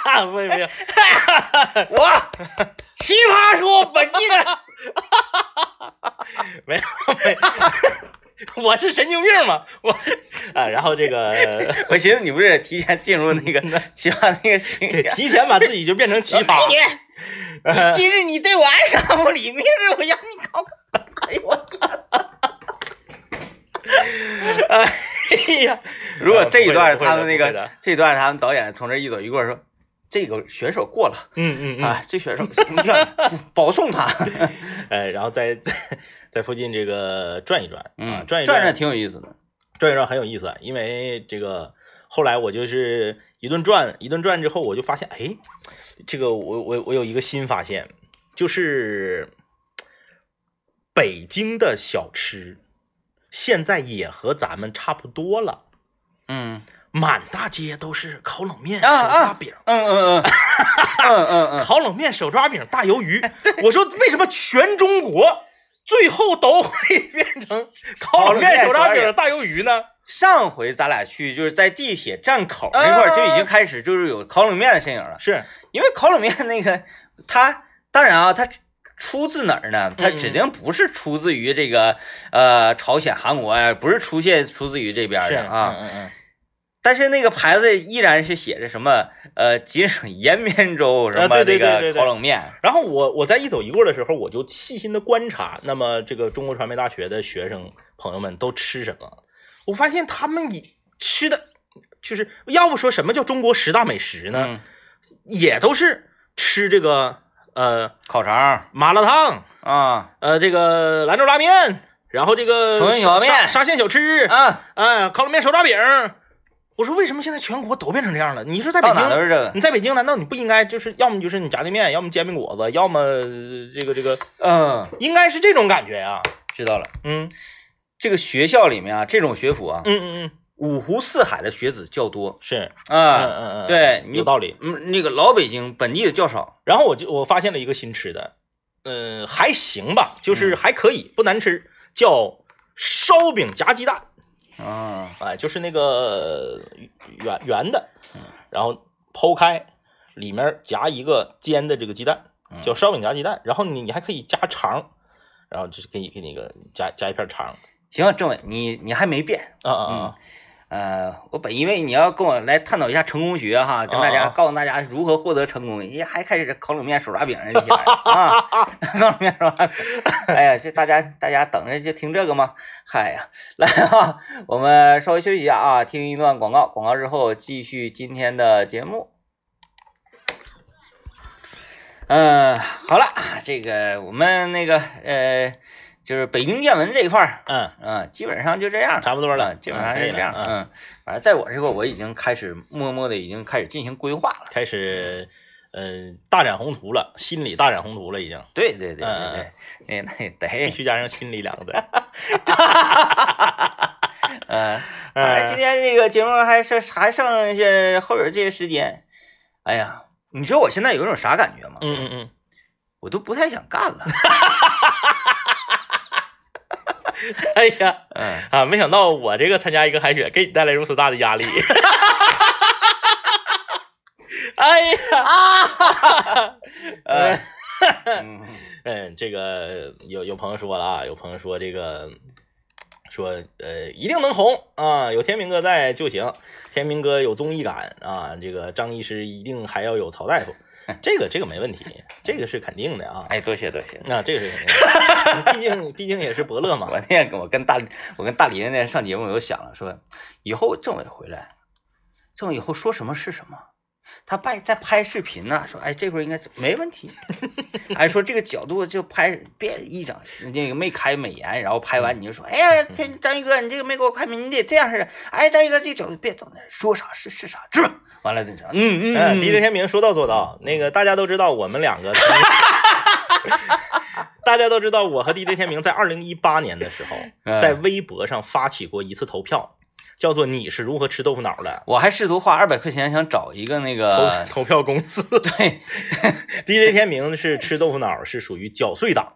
[SPEAKER 2] 不不 不，
[SPEAKER 1] 我 奇葩说本季的，
[SPEAKER 2] 没有没有， 我是神经病吗？我啊，然后这
[SPEAKER 1] 哎
[SPEAKER 2] 个
[SPEAKER 1] 我寻思你不是提前进入那个奇葩那个形
[SPEAKER 2] 这
[SPEAKER 1] 象。
[SPEAKER 2] 提前把自己就变成奇葩，
[SPEAKER 1] 美女，你今日你对我爱答不理，明日我要你搞搞。哎呦我天！
[SPEAKER 2] 哎呀，
[SPEAKER 1] 如果这一段
[SPEAKER 2] 呃不会的
[SPEAKER 1] 他们那
[SPEAKER 2] 不
[SPEAKER 1] 个
[SPEAKER 2] 会的
[SPEAKER 1] 这一段他们导演从这一走一过说，这个选手过了
[SPEAKER 2] 嗯嗯嗯。
[SPEAKER 1] 啊，这选手你 看保送 他，
[SPEAKER 2] 哎，然后在 在在附近这个转一转啊，
[SPEAKER 1] 嗯，转
[SPEAKER 2] 转一转
[SPEAKER 1] 转挺有意思的，
[SPEAKER 2] 转一转很有意思啊，因为这个后来我就是一顿转一顿转之后，我就发现，哎，这个我我我有一个新发现，就是北京的小吃现在也和咱们差不多了，
[SPEAKER 1] 嗯
[SPEAKER 2] 满大街都是烤冷面、
[SPEAKER 1] 啊
[SPEAKER 2] 手抓饼。
[SPEAKER 1] 嗯嗯嗯嗯嗯嗯，
[SPEAKER 2] 烤冷面、手抓饼、大鱿鱼。我说为什么全中国最后都会变成烤冷面、手抓饼、大鱿鱼呢？
[SPEAKER 1] 上回咱俩去就是在地铁站口那块儿就已经开始就是有烤冷面的身影了，
[SPEAKER 2] 是，
[SPEAKER 1] 因为烤冷面那个它当然啊它。出自哪儿呢？
[SPEAKER 2] 嗯
[SPEAKER 1] 它指定不是出自于这个，呃，朝鲜、韩国呀、不是出现出自于这边
[SPEAKER 2] 是
[SPEAKER 1] 的啊。
[SPEAKER 2] 嗯嗯
[SPEAKER 1] 但是那个牌子依然是写着什么呃吉林延边州什
[SPEAKER 2] 啊
[SPEAKER 1] 么这
[SPEAKER 2] 对对对
[SPEAKER 1] 个
[SPEAKER 2] 对对
[SPEAKER 1] 烤冷面，
[SPEAKER 2] 然后我我在一走一过的时候，我就细心的观察，那么这个中国传媒大学的学生朋友们都吃什么？我发现他们也吃的，就是要不说什么叫中国十大美食呢？
[SPEAKER 1] 嗯，
[SPEAKER 2] 也都是吃这个呃
[SPEAKER 1] 烤肠
[SPEAKER 2] 麻辣烫，
[SPEAKER 1] 啊
[SPEAKER 2] 呃，这个兰州拉面，然后这个
[SPEAKER 1] 重庆小面
[SPEAKER 2] 沙沙县小吃，
[SPEAKER 1] 啊，
[SPEAKER 2] 哎，烤冷面、手抓饼。我说为什么现在全国都变成这样了？你说在北
[SPEAKER 1] 到哪都
[SPEAKER 2] 京，
[SPEAKER 1] 是这个，
[SPEAKER 2] 你在北京难道你不应该就是要么就是你炸酱面，要么煎饼果子，要么呃这个这个，
[SPEAKER 1] 嗯，
[SPEAKER 2] 应该是这种感觉呀、
[SPEAKER 1] 知道了。
[SPEAKER 2] 嗯
[SPEAKER 1] 这个学校里面啊，这种学府啊，
[SPEAKER 2] 嗯嗯嗯，
[SPEAKER 1] 五湖四海的学子较多
[SPEAKER 2] 是，嗯
[SPEAKER 1] 啊，
[SPEAKER 2] 嗯嗯，
[SPEAKER 1] 对你
[SPEAKER 2] 有道理。
[SPEAKER 1] 嗯，那个老北京本地的较少，
[SPEAKER 2] 然后我就我发现了一个新吃的，呃，还行吧，
[SPEAKER 1] 嗯
[SPEAKER 2] 就是还可以，不难吃，叫烧饼夹鸡蛋。
[SPEAKER 1] 嗯
[SPEAKER 2] 哎，就是那个呃圆圆的，
[SPEAKER 1] 嗯
[SPEAKER 2] 然后剖开，
[SPEAKER 1] 嗯
[SPEAKER 2] 里面夹一个煎的这个鸡蛋，叫烧饼夹鸡蛋，然后你你还可以加肠，然后就是给你给你个加加一片肠，
[SPEAKER 1] 行，政委，你你还没变。
[SPEAKER 2] 啊啊啊，
[SPEAKER 1] 呃，我本以为你要跟我来探讨一下成功学哈，跟大
[SPEAKER 2] 啊
[SPEAKER 1] 家
[SPEAKER 2] 啊
[SPEAKER 1] 告诉大家如何获得成功，你还开始烤冷面手抓饼了起来啊， 烤冷面手抓饼，哎呀，这大家大家等着就听这个吗？嗨呀，来啊，我们稍微休息一下啊，听一段广告，广告之后继续今天的节目。嗯、好了，这个我们那个呃，就是北京见闻这一块儿，
[SPEAKER 2] 嗯，
[SPEAKER 1] 嗯，基本上就这样了，
[SPEAKER 2] 差不多了
[SPEAKER 1] 嗯基本上
[SPEAKER 2] 嗯
[SPEAKER 1] 是
[SPEAKER 2] 可以
[SPEAKER 1] 这样，
[SPEAKER 2] 了
[SPEAKER 1] 嗯，反正在我这块我已经开始默默的已经开始进行规划了，
[SPEAKER 2] 开始呃大展宏图了，心理大展宏图了已经，
[SPEAKER 1] 对对对
[SPEAKER 2] 嗯
[SPEAKER 1] 对对，那那
[SPEAKER 2] 必
[SPEAKER 1] 得，
[SPEAKER 2] 须加上心 理两个字。哎
[SPEAKER 1] 嗯，反正今
[SPEAKER 2] 哎，
[SPEAKER 1] 天这个节目还剩还剩下后边这些时间，哎呀，你知道我现在有一种啥感觉吗？
[SPEAKER 2] 嗯嗯嗯，
[SPEAKER 1] 我都不太想干了，
[SPEAKER 2] 哎呀
[SPEAKER 1] 嗯，
[SPEAKER 2] 啊，没想到我这个参加一个海选，给你带来如此大的 压力。 哎呀，
[SPEAKER 1] 啊 呃， 嗯
[SPEAKER 2] 嗯，这个有有朋友说了啊，有朋友说这个说呃一定能红啊，有天明哥在就行，天明哥有综艺感啊，这个张医师一定还要有曹大夫，这个这个没问题，这个是肯定的啊，
[SPEAKER 1] 哎，多谢多谢。
[SPEAKER 2] 那、这个是肯定的，毕竟毕竟也是伯乐嘛，
[SPEAKER 1] 我那天跟我跟大我跟大林那天上节目，我就想了说，以后政委回来，政委以后说什么是什么。他拍在拍视频呢、说哎这块儿应该是没问 题，哎说这个角度就拍，别一整那个没开美颜，然后拍
[SPEAKER 2] 嗯
[SPEAKER 1] 完你就说哎呀，天张一哥你这个没给我开美，你得这样似的，哎张一哥这个角度别整那说啥是是啥，是吧完了那啥，嗯嗯
[SPEAKER 2] 嗯
[SPEAKER 1] 嗯，
[SPEAKER 2] ，DJ 天明说到做到。那个大家都知道，我们两个曾 经，大家都知道，我和 DJ 天明在二零一八年的时候，
[SPEAKER 1] 嗯
[SPEAKER 2] 在微博上发起过一次投票，叫做“你是如何吃豆腐脑的
[SPEAKER 1] 我还试图花二百块钱想找一个那”。
[SPEAKER 2] 投
[SPEAKER 1] 个
[SPEAKER 2] 投票公 司
[SPEAKER 1] 对，
[SPEAKER 2] ，DJ 天明是吃豆腐脑是属于搅碎党，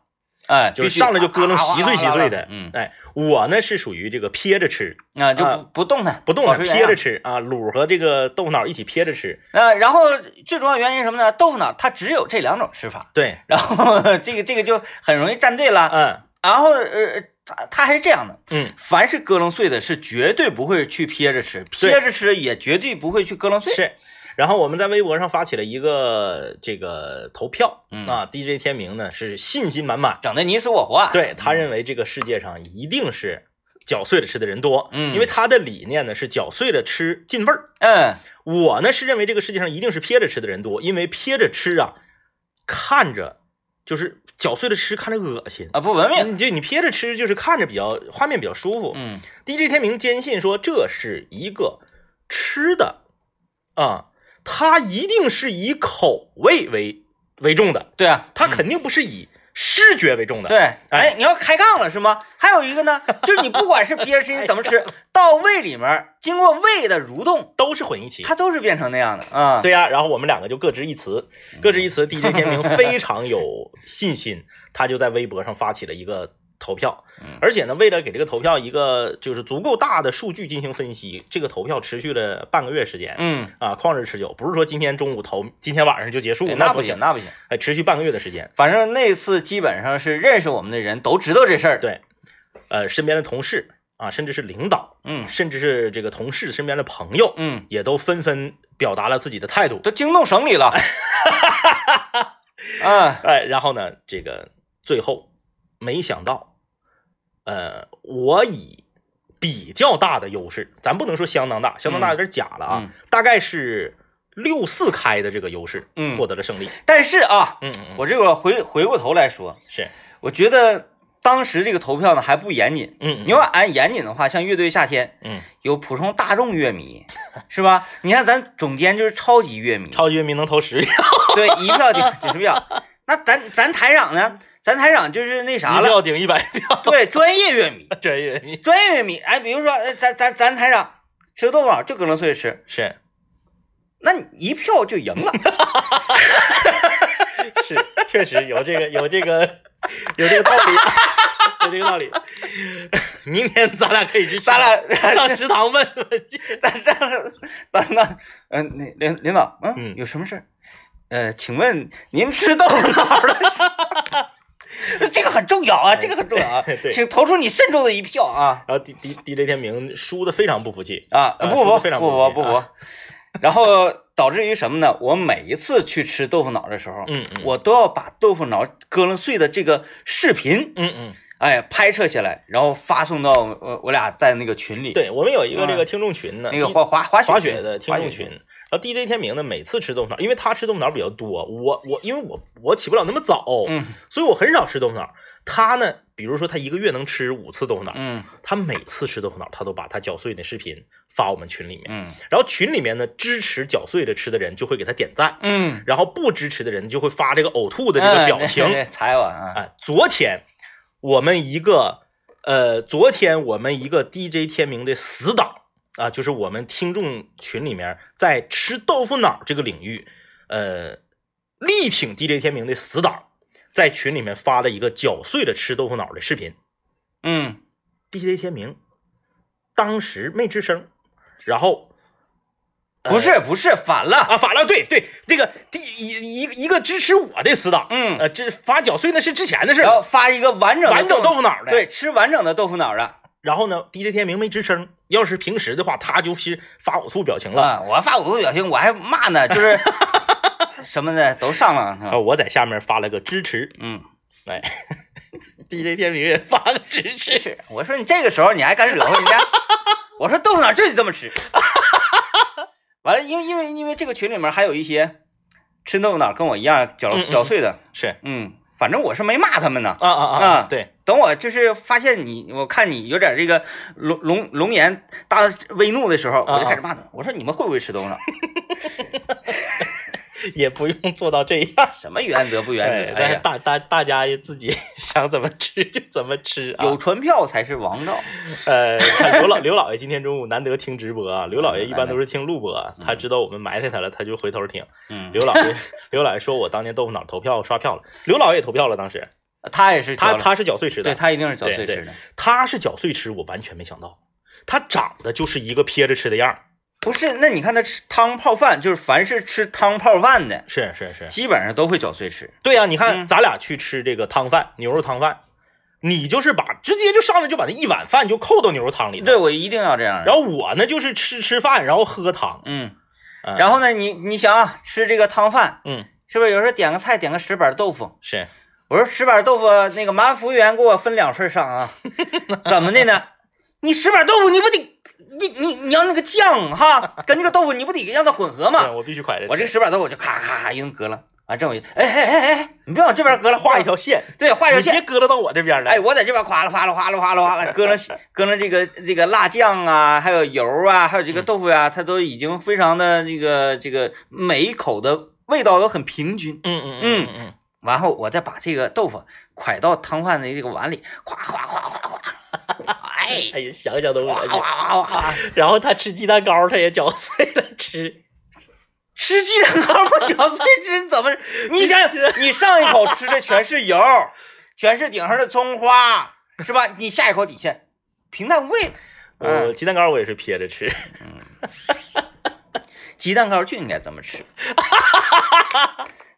[SPEAKER 1] 哎
[SPEAKER 2] 就是
[SPEAKER 1] 必须
[SPEAKER 2] 上来就咯楞稀碎稀碎的。
[SPEAKER 1] 嗯，
[SPEAKER 2] 哎，我呢是属于这个撇着吃，
[SPEAKER 1] 啊就
[SPEAKER 2] 啊
[SPEAKER 1] 不不动弹
[SPEAKER 2] 不动
[SPEAKER 1] 保
[SPEAKER 2] 弹
[SPEAKER 1] 持原
[SPEAKER 2] 撇
[SPEAKER 1] 哦样
[SPEAKER 2] 着吃啊，卤和这个豆腐脑一起撇着吃。
[SPEAKER 1] 呃，然后最重要原因是什么呢？豆腐脑它只有这两种吃法，
[SPEAKER 2] 对，
[SPEAKER 1] 然后 这个这个就很容易站队了。
[SPEAKER 2] 嗯
[SPEAKER 1] 然后呃，它它还是这样的，
[SPEAKER 2] 嗯，
[SPEAKER 1] 凡是咯楞碎的，是绝对不会去撇着吃，
[SPEAKER 2] 对
[SPEAKER 1] 撇着吃也绝对不会去咯楞碎。
[SPEAKER 2] 是。然后我们在微博上发起了一个这个投票，
[SPEAKER 1] 嗯
[SPEAKER 2] 啊，DJ 天明呢是信心满满，
[SPEAKER 1] 整的你死我活。啊
[SPEAKER 2] 对他认为这个世界上一定是搅碎了吃的人多，
[SPEAKER 1] 嗯
[SPEAKER 2] 因为他的理念呢是搅碎了吃进味儿。
[SPEAKER 1] 嗯，
[SPEAKER 2] 我呢是认为这个世界上一定是撇着吃的人多，因为撇着吃啊，看着就是搅碎了吃，看着恶心。
[SPEAKER 1] 啊，不文明。
[SPEAKER 2] 你这你撇着吃，就是看着比较画面比较舒服。
[SPEAKER 1] 嗯
[SPEAKER 2] DJ 天明坚信说这是一个吃的啊，它一定是以口味为为重的，
[SPEAKER 1] 对啊，
[SPEAKER 2] 它肯定不是以视觉为重的。
[SPEAKER 1] 对，哎，你要开杠了是吗？还有一个呢，就是你不管是撇着
[SPEAKER 2] 哎
[SPEAKER 1] 吃，你怎么吃，到胃里面经过胃的蠕动，
[SPEAKER 2] 都是混一起。
[SPEAKER 1] 它都是变成那样的啊。
[SPEAKER 2] 对呀、然后我们两个就各执一词，
[SPEAKER 1] 嗯
[SPEAKER 2] 各执一词。DJ 天明非常有信心，他就在微博上发起了一个投票
[SPEAKER 1] 嗯，
[SPEAKER 2] 而且呢，为了给这个投票一个就是足够大的数据进行分析，这个投票持续了半个月时间。
[SPEAKER 1] 嗯，
[SPEAKER 2] 啊，旷日持久，不是说今天中午投，今天晚上就结束
[SPEAKER 1] 对，
[SPEAKER 2] 那
[SPEAKER 1] 不
[SPEAKER 2] 行，
[SPEAKER 1] 那不行。
[SPEAKER 2] 哎，持续半个月的时间。
[SPEAKER 1] 反正那次基本上是认识我们的人都知道这事儿。
[SPEAKER 2] 对呃，身边的同事啊，甚至是领导，
[SPEAKER 1] 嗯
[SPEAKER 2] 甚至是这个同事身边的朋友，
[SPEAKER 1] 嗯，
[SPEAKER 2] 也都纷纷表达了自己的态度。
[SPEAKER 1] 都惊动省里 了。嗯
[SPEAKER 2] 哎，然后呢，这个最后没想到，呃，我以比较大的优势，咱不能说相当大，相当大有点假了啊，
[SPEAKER 1] 嗯
[SPEAKER 2] 大概是六四开的这个优势，
[SPEAKER 1] 嗯
[SPEAKER 2] 获得了胜利。
[SPEAKER 1] 但是啊，
[SPEAKER 2] 嗯嗯嗯，
[SPEAKER 1] 我这个回回过头来说，
[SPEAKER 2] 是，
[SPEAKER 1] 我觉得当时这个投票呢还不严谨。
[SPEAKER 2] 嗯，嗯
[SPEAKER 1] 你要，按严谨的话，像乐队夏天
[SPEAKER 2] 嗯，
[SPEAKER 1] 有普通大众乐 迷，是吧？你看咱总监就是超级乐迷，
[SPEAKER 2] 超级乐迷能投十票，
[SPEAKER 1] 对，一票顶顶票。那咱咱台长呢？咱台长就是那啥
[SPEAKER 2] 一
[SPEAKER 1] 了，
[SPEAKER 2] 票顶一百票，
[SPEAKER 1] 对，专业乐迷，
[SPEAKER 2] 专业乐迷
[SPEAKER 1] 专业乐迷。哎，比如说，呃咱咱咱台长吃豆腐脑就搁楞碎吃，
[SPEAKER 2] 是。
[SPEAKER 1] 那你一票就赢 了。
[SPEAKER 2] 是，确实有这个有这个有这个道理，有这个道理。明天咱俩可以去食
[SPEAKER 1] 咱
[SPEAKER 2] 堂，
[SPEAKER 1] 俩
[SPEAKER 2] 上食堂问问去。
[SPEAKER 1] 咱上咱那嗯，那领领导，
[SPEAKER 2] 嗯
[SPEAKER 1] 嗯，有什么事儿？呃，请问您吃豆腐脑儿了？ 这个很重要啊，这个很重要啊，
[SPEAKER 2] 哎对。
[SPEAKER 1] 请投出你慎重的一票啊
[SPEAKER 2] 然后 D D D J 天明输的非常不服气，
[SPEAKER 1] 啊！
[SPEAKER 2] 啊
[SPEAKER 1] 不
[SPEAKER 2] 说
[SPEAKER 1] 服
[SPEAKER 2] 得非常啊
[SPEAKER 1] 不
[SPEAKER 2] 不
[SPEAKER 1] 服
[SPEAKER 2] 服
[SPEAKER 1] 不
[SPEAKER 2] 气
[SPEAKER 1] 服，然后导致于什么呢？我每一次去吃豆腐脑的时候，
[SPEAKER 2] 嗯嗯
[SPEAKER 1] 我都要把豆腐脑割楞碎的这个视频，
[SPEAKER 2] 嗯嗯，
[SPEAKER 1] 哎，拍摄下来，然后发送到我我俩在那个群里，
[SPEAKER 2] 对我们有一个这
[SPEAKER 1] 啊
[SPEAKER 2] 个听众群呢，
[SPEAKER 1] 那个
[SPEAKER 2] D-
[SPEAKER 1] 滑滑滑
[SPEAKER 2] 滑
[SPEAKER 1] 雪
[SPEAKER 2] 雪的听众群。然后 DJ 天明呢，每次吃豆腐脑，因为他吃豆腐脑比较多，我我因为我我起不了那么早，
[SPEAKER 1] 嗯
[SPEAKER 2] 所以我很少吃豆腐脑。他呢，比如说他一个月能吃五次豆腐脑，
[SPEAKER 1] 嗯
[SPEAKER 2] 他每次吃豆腐脑，他都把他搅碎的视频发我们群里面，
[SPEAKER 1] 嗯
[SPEAKER 2] 然后群里面呢支持搅碎着吃的人就会给他点赞，
[SPEAKER 1] 嗯，
[SPEAKER 2] 然后不支持的人就会发这个呕吐的这个表
[SPEAKER 1] 嗯
[SPEAKER 2] 情。
[SPEAKER 1] 对对踩我啊，
[SPEAKER 2] 哎，昨天我们一个呃，昨天我们一个 DJ 天明的死党啊，就是我们听众群里面在吃豆腐脑这个领域，呃，力挺 DJ 天明的死党，在群里面发了一个搅碎了吃豆腐脑的视频
[SPEAKER 1] 嗯
[SPEAKER 2] ，DJ 天明当时没吱声，然后。呃
[SPEAKER 1] 不是不是反了，
[SPEAKER 2] 啊，反了，对对，这个第一一个一个支持我的死党，
[SPEAKER 1] 嗯
[SPEAKER 2] 呃，这发搅碎那是之前的事
[SPEAKER 1] 然
[SPEAKER 2] 儿，
[SPEAKER 1] 后发一个完整的
[SPEAKER 2] 完整豆腐脑的，
[SPEAKER 1] 对，吃完整的豆腐脑啊的
[SPEAKER 2] 然后呢，DJ 天明没吱声。要是平时的话，他就是发呕吐表情了。
[SPEAKER 1] 啊，我发五个表情，我还骂呢，就是 什么的都上了，是吧
[SPEAKER 2] 啊，我在下面发了个支持哎
[SPEAKER 1] 嗯，
[SPEAKER 2] ，DJ 天明也发个支
[SPEAKER 1] 真
[SPEAKER 2] 持。
[SPEAKER 1] 是，我说你这个时候你还敢惹祸人 家？我说豆腐脑就得这么吃。 完了，因为因为因为这个群里面还有一些吃豆腐脑跟我一样搅
[SPEAKER 2] 嗯嗯
[SPEAKER 1] 搅碎的，
[SPEAKER 2] 是
[SPEAKER 1] 嗯，反正我是没骂他们呢。
[SPEAKER 2] 啊啊
[SPEAKER 1] 啊
[SPEAKER 2] 对，
[SPEAKER 1] 等我就是发现你，我看你有点这个龙龙龙颜大微怒的时候，
[SPEAKER 2] 啊
[SPEAKER 1] 我就开始骂他们。我说你们会不会吃 豆腐脑？
[SPEAKER 2] 也不用做到这样。
[SPEAKER 1] 什么原则不原则？
[SPEAKER 2] 哎，
[SPEAKER 1] 哎
[SPEAKER 2] 但是
[SPEAKER 1] 呀，
[SPEAKER 2] 大大大家也自己 想怎么吃就怎么吃啊。
[SPEAKER 1] 有传票才是王道。
[SPEAKER 2] 呃，看刘老刘老爷今天中午难得听直播啊，刘老爷一般都是听录播啊，
[SPEAKER 1] 嗯
[SPEAKER 2] 他知道我们埋汰他了，他就回头听。
[SPEAKER 1] 嗯，
[SPEAKER 2] 刘老爷刘老爷说我当年豆腐脑投票刷票了，刘老爷也投票了，当时
[SPEAKER 1] 他也是
[SPEAKER 2] 他
[SPEAKER 1] 嚼了
[SPEAKER 2] 他是搅碎吃的
[SPEAKER 1] 对，他一定是嚼碎
[SPEAKER 2] 对
[SPEAKER 1] 吃的。
[SPEAKER 2] 他是搅碎吃，我完全没想到，他长得就是一个撇着吃的样儿。
[SPEAKER 1] 不是，那你看他吃汤泡饭，就是凡是吃汤泡饭的，
[SPEAKER 2] 是是是，
[SPEAKER 1] 基本上都会搅碎吃。
[SPEAKER 2] 对啊呀、你看、
[SPEAKER 1] 嗯
[SPEAKER 2] 咱俩去吃这个汤饭，牛肉汤饭，你就是把直接就上来就把那一碗饭就扣到牛肉汤里头
[SPEAKER 1] 对，，我一定要这样。
[SPEAKER 2] 然后我呢就是吃吃饭，然后喝汤，
[SPEAKER 1] 嗯，
[SPEAKER 2] 嗯
[SPEAKER 1] 然后呢，你你想啊，吃这个汤饭，
[SPEAKER 2] 嗯
[SPEAKER 1] 是不是有时候点个菜，点个石板豆腐？
[SPEAKER 2] 是
[SPEAKER 1] 我说石板豆腐，那个麻烦服务员给我分两份上 啊。怎么的呢？你石板豆腐你不得，你你你要那个酱 哈，跟这个豆腐你不得让它混合
[SPEAKER 2] 对
[SPEAKER 1] 吗？
[SPEAKER 2] 我必须快着吃，
[SPEAKER 1] 我这个石板豆腐我就咔咔咔一顿割了，完正我一哎哎哎哎，你别往这边割了，
[SPEAKER 2] 画
[SPEAKER 1] 画
[SPEAKER 2] 一条线，
[SPEAKER 1] 对画一条
[SPEAKER 2] 你
[SPEAKER 1] 线
[SPEAKER 2] 别，搁到到我这边来，
[SPEAKER 1] 哎，我在这边哗啦哗啦哗啦哗啦哗啦，搁上搁上这个这个辣酱啊，还有油啊，还有这个豆腐啊，它都已经非常的这个这个每一口的味道都很平均。
[SPEAKER 2] 嗯嗯嗯嗯
[SPEAKER 1] 然后我再把这个豆腐蒯到汤饭的这个碗里，哗哗哗哗哗，
[SPEAKER 2] 嗯，
[SPEAKER 1] 哎，
[SPEAKER 2] 哎呀，想想都
[SPEAKER 1] 哗哗
[SPEAKER 2] 恶心。
[SPEAKER 1] 哗哗，
[SPEAKER 2] 然后他吃鸡蛋糕，他也搅碎了吃，
[SPEAKER 1] 吃鸡蛋糕不小碎吃你怎么？你想想，你上一口吃的全是油，全是顶上的葱花，是吧？你下一口底下平淡无味了。嗯
[SPEAKER 2] 我鸡蛋糕我也是撇着吃，
[SPEAKER 1] 鸡蛋糕就应该这么吃。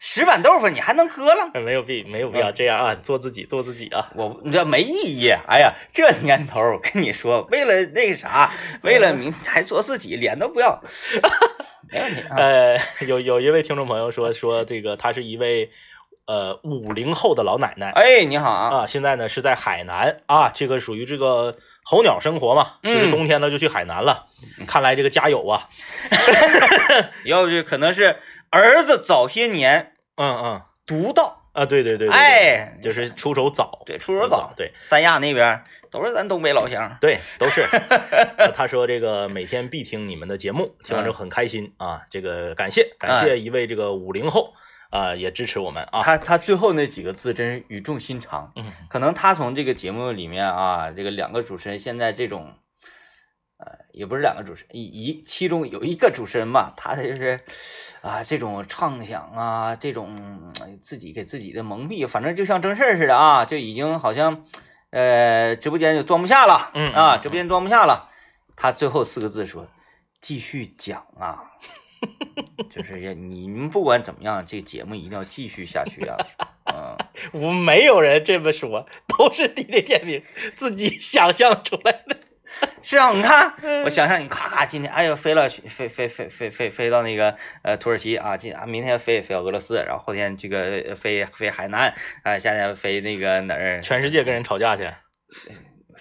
[SPEAKER 1] 石板豆腐你还能割了？
[SPEAKER 2] 没有必没有必
[SPEAKER 1] 嗯
[SPEAKER 2] 要这样啊，做自己做自己啊。
[SPEAKER 1] 我你这没意义。哎呀，这年头儿我跟你说，为了那个啥，为了明还做自己，脸都不要，没问题啊。
[SPEAKER 2] 呃，有有一位听众朋友说说这个，她是一位呃五零后的老奶奶
[SPEAKER 1] 哎，你好啊，
[SPEAKER 2] 啊，现在呢是在海南啊，这个属于这个候鸟生活嘛，就
[SPEAKER 1] 嗯
[SPEAKER 2] 是冬天了就去海南了。看来这个家有啊，
[SPEAKER 1] 要不就可能是儿子早些年
[SPEAKER 2] 嗯嗯
[SPEAKER 1] 独到，
[SPEAKER 2] 啊，对对对，对，
[SPEAKER 1] 哎，
[SPEAKER 2] 对就是出手早，
[SPEAKER 1] 对，啊出手早，
[SPEAKER 2] 对
[SPEAKER 1] 三亚那边儿都是咱东北老乡。
[SPEAKER 2] 对，都是。 呃他说这个每天必听你们的节目，听完之后很开心啊，这个感谢感谢一位这个五零后啊，也支持我们啊，
[SPEAKER 1] 他他最后那几个字真是语重心长，
[SPEAKER 2] 嗯
[SPEAKER 1] 可能他从这个节目里面啊，这个两个主持人现在这种，呃，也不是两个主持人，一一其中有一个主持人吧，他就是啊这种畅想啊，这种哎自己给自己的蒙蔽，反正就像正事儿似的啊，就已经好像呃直播间就装不下了，
[SPEAKER 2] 嗯
[SPEAKER 1] 啊，
[SPEAKER 2] 嗯嗯
[SPEAKER 1] 直播间装不下了，他最后四个字说继续讲 啊。就是你们不管怎么样，这个节目一定要继续下去啊！嗯，
[SPEAKER 2] 我没有人这么说，都是地雷点评自己 想象出来的。
[SPEAKER 1] 是啊，你看，我想象你咔咔，今天哎呦飞了，飞飞飞飞飞飞到那个呃土耳其啊，今啊明天飞飞到俄罗斯，然后后天这个呃飞飞海南，啊、夏天飞那个哪儿，
[SPEAKER 2] 全世界跟人吵架去，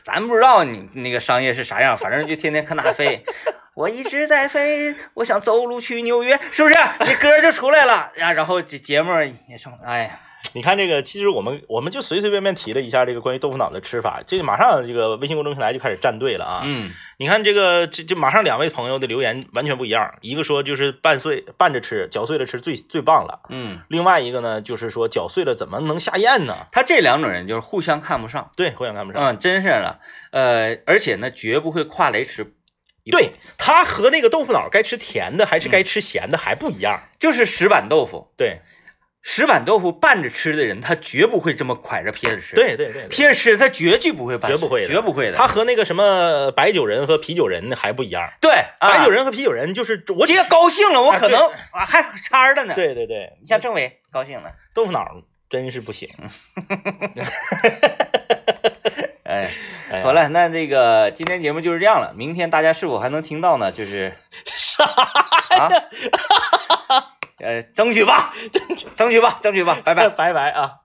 [SPEAKER 1] 咱不知道你那个商业是啥样，反正就天天看他飞。我一直在飞，我想走路去纽约，是不是？这歌就出来了，然然后节节目也上，哎呀，
[SPEAKER 2] 你看这个，其实我们我们就随随便便提了一下这个关于豆腐脑的吃法，这马上这个微信公众平台就开始站队了啊。
[SPEAKER 1] 嗯，
[SPEAKER 2] 你看这个，这这马上两位朋友的留言完全不一样，一个说就是拌碎拌着吃，嚼碎了吃最最棒了，
[SPEAKER 1] 嗯，
[SPEAKER 2] 另外一个呢就是说嚼碎了怎么能下咽呢？
[SPEAKER 1] 他这两种人就是互相看不上，
[SPEAKER 2] 对，互相看不上。
[SPEAKER 1] 嗯，真是了，呃，而且呢，绝不会跨雷池，
[SPEAKER 2] 嗯对，它和那个豆腐脑该吃甜的还是该吃咸的还不一样。
[SPEAKER 1] 就是石板豆腐，
[SPEAKER 2] 嗯对，
[SPEAKER 1] 石板豆腐拌着吃的人，他绝不会这么蒯着撇着吃，，
[SPEAKER 2] 对对对对，
[SPEAKER 1] 撇着吃他绝对不会拌，
[SPEAKER 2] 绝不会的
[SPEAKER 1] 绝不会的，
[SPEAKER 2] 它和那个什么白酒人和啤酒人还不一样。
[SPEAKER 1] 对，啊
[SPEAKER 2] 白酒人和啤酒人就是我
[SPEAKER 1] 今天高兴了，我
[SPEAKER 2] 啊
[SPEAKER 1] 可
[SPEAKER 2] 对
[SPEAKER 1] 能啊还掺着呢，，
[SPEAKER 2] 对对对，
[SPEAKER 1] 你像政委高兴了，
[SPEAKER 2] 豆腐脑真是不行。
[SPEAKER 1] 哎。
[SPEAKER 2] 哎呀
[SPEAKER 1] 好，了，那这个今天节目就是这样了。明天大家是否还能听到呢？就是
[SPEAKER 2] 啥
[SPEAKER 1] 啊， 呃，争取吧，争取吧，争取吧，拜拜。
[SPEAKER 2] 拜拜啊！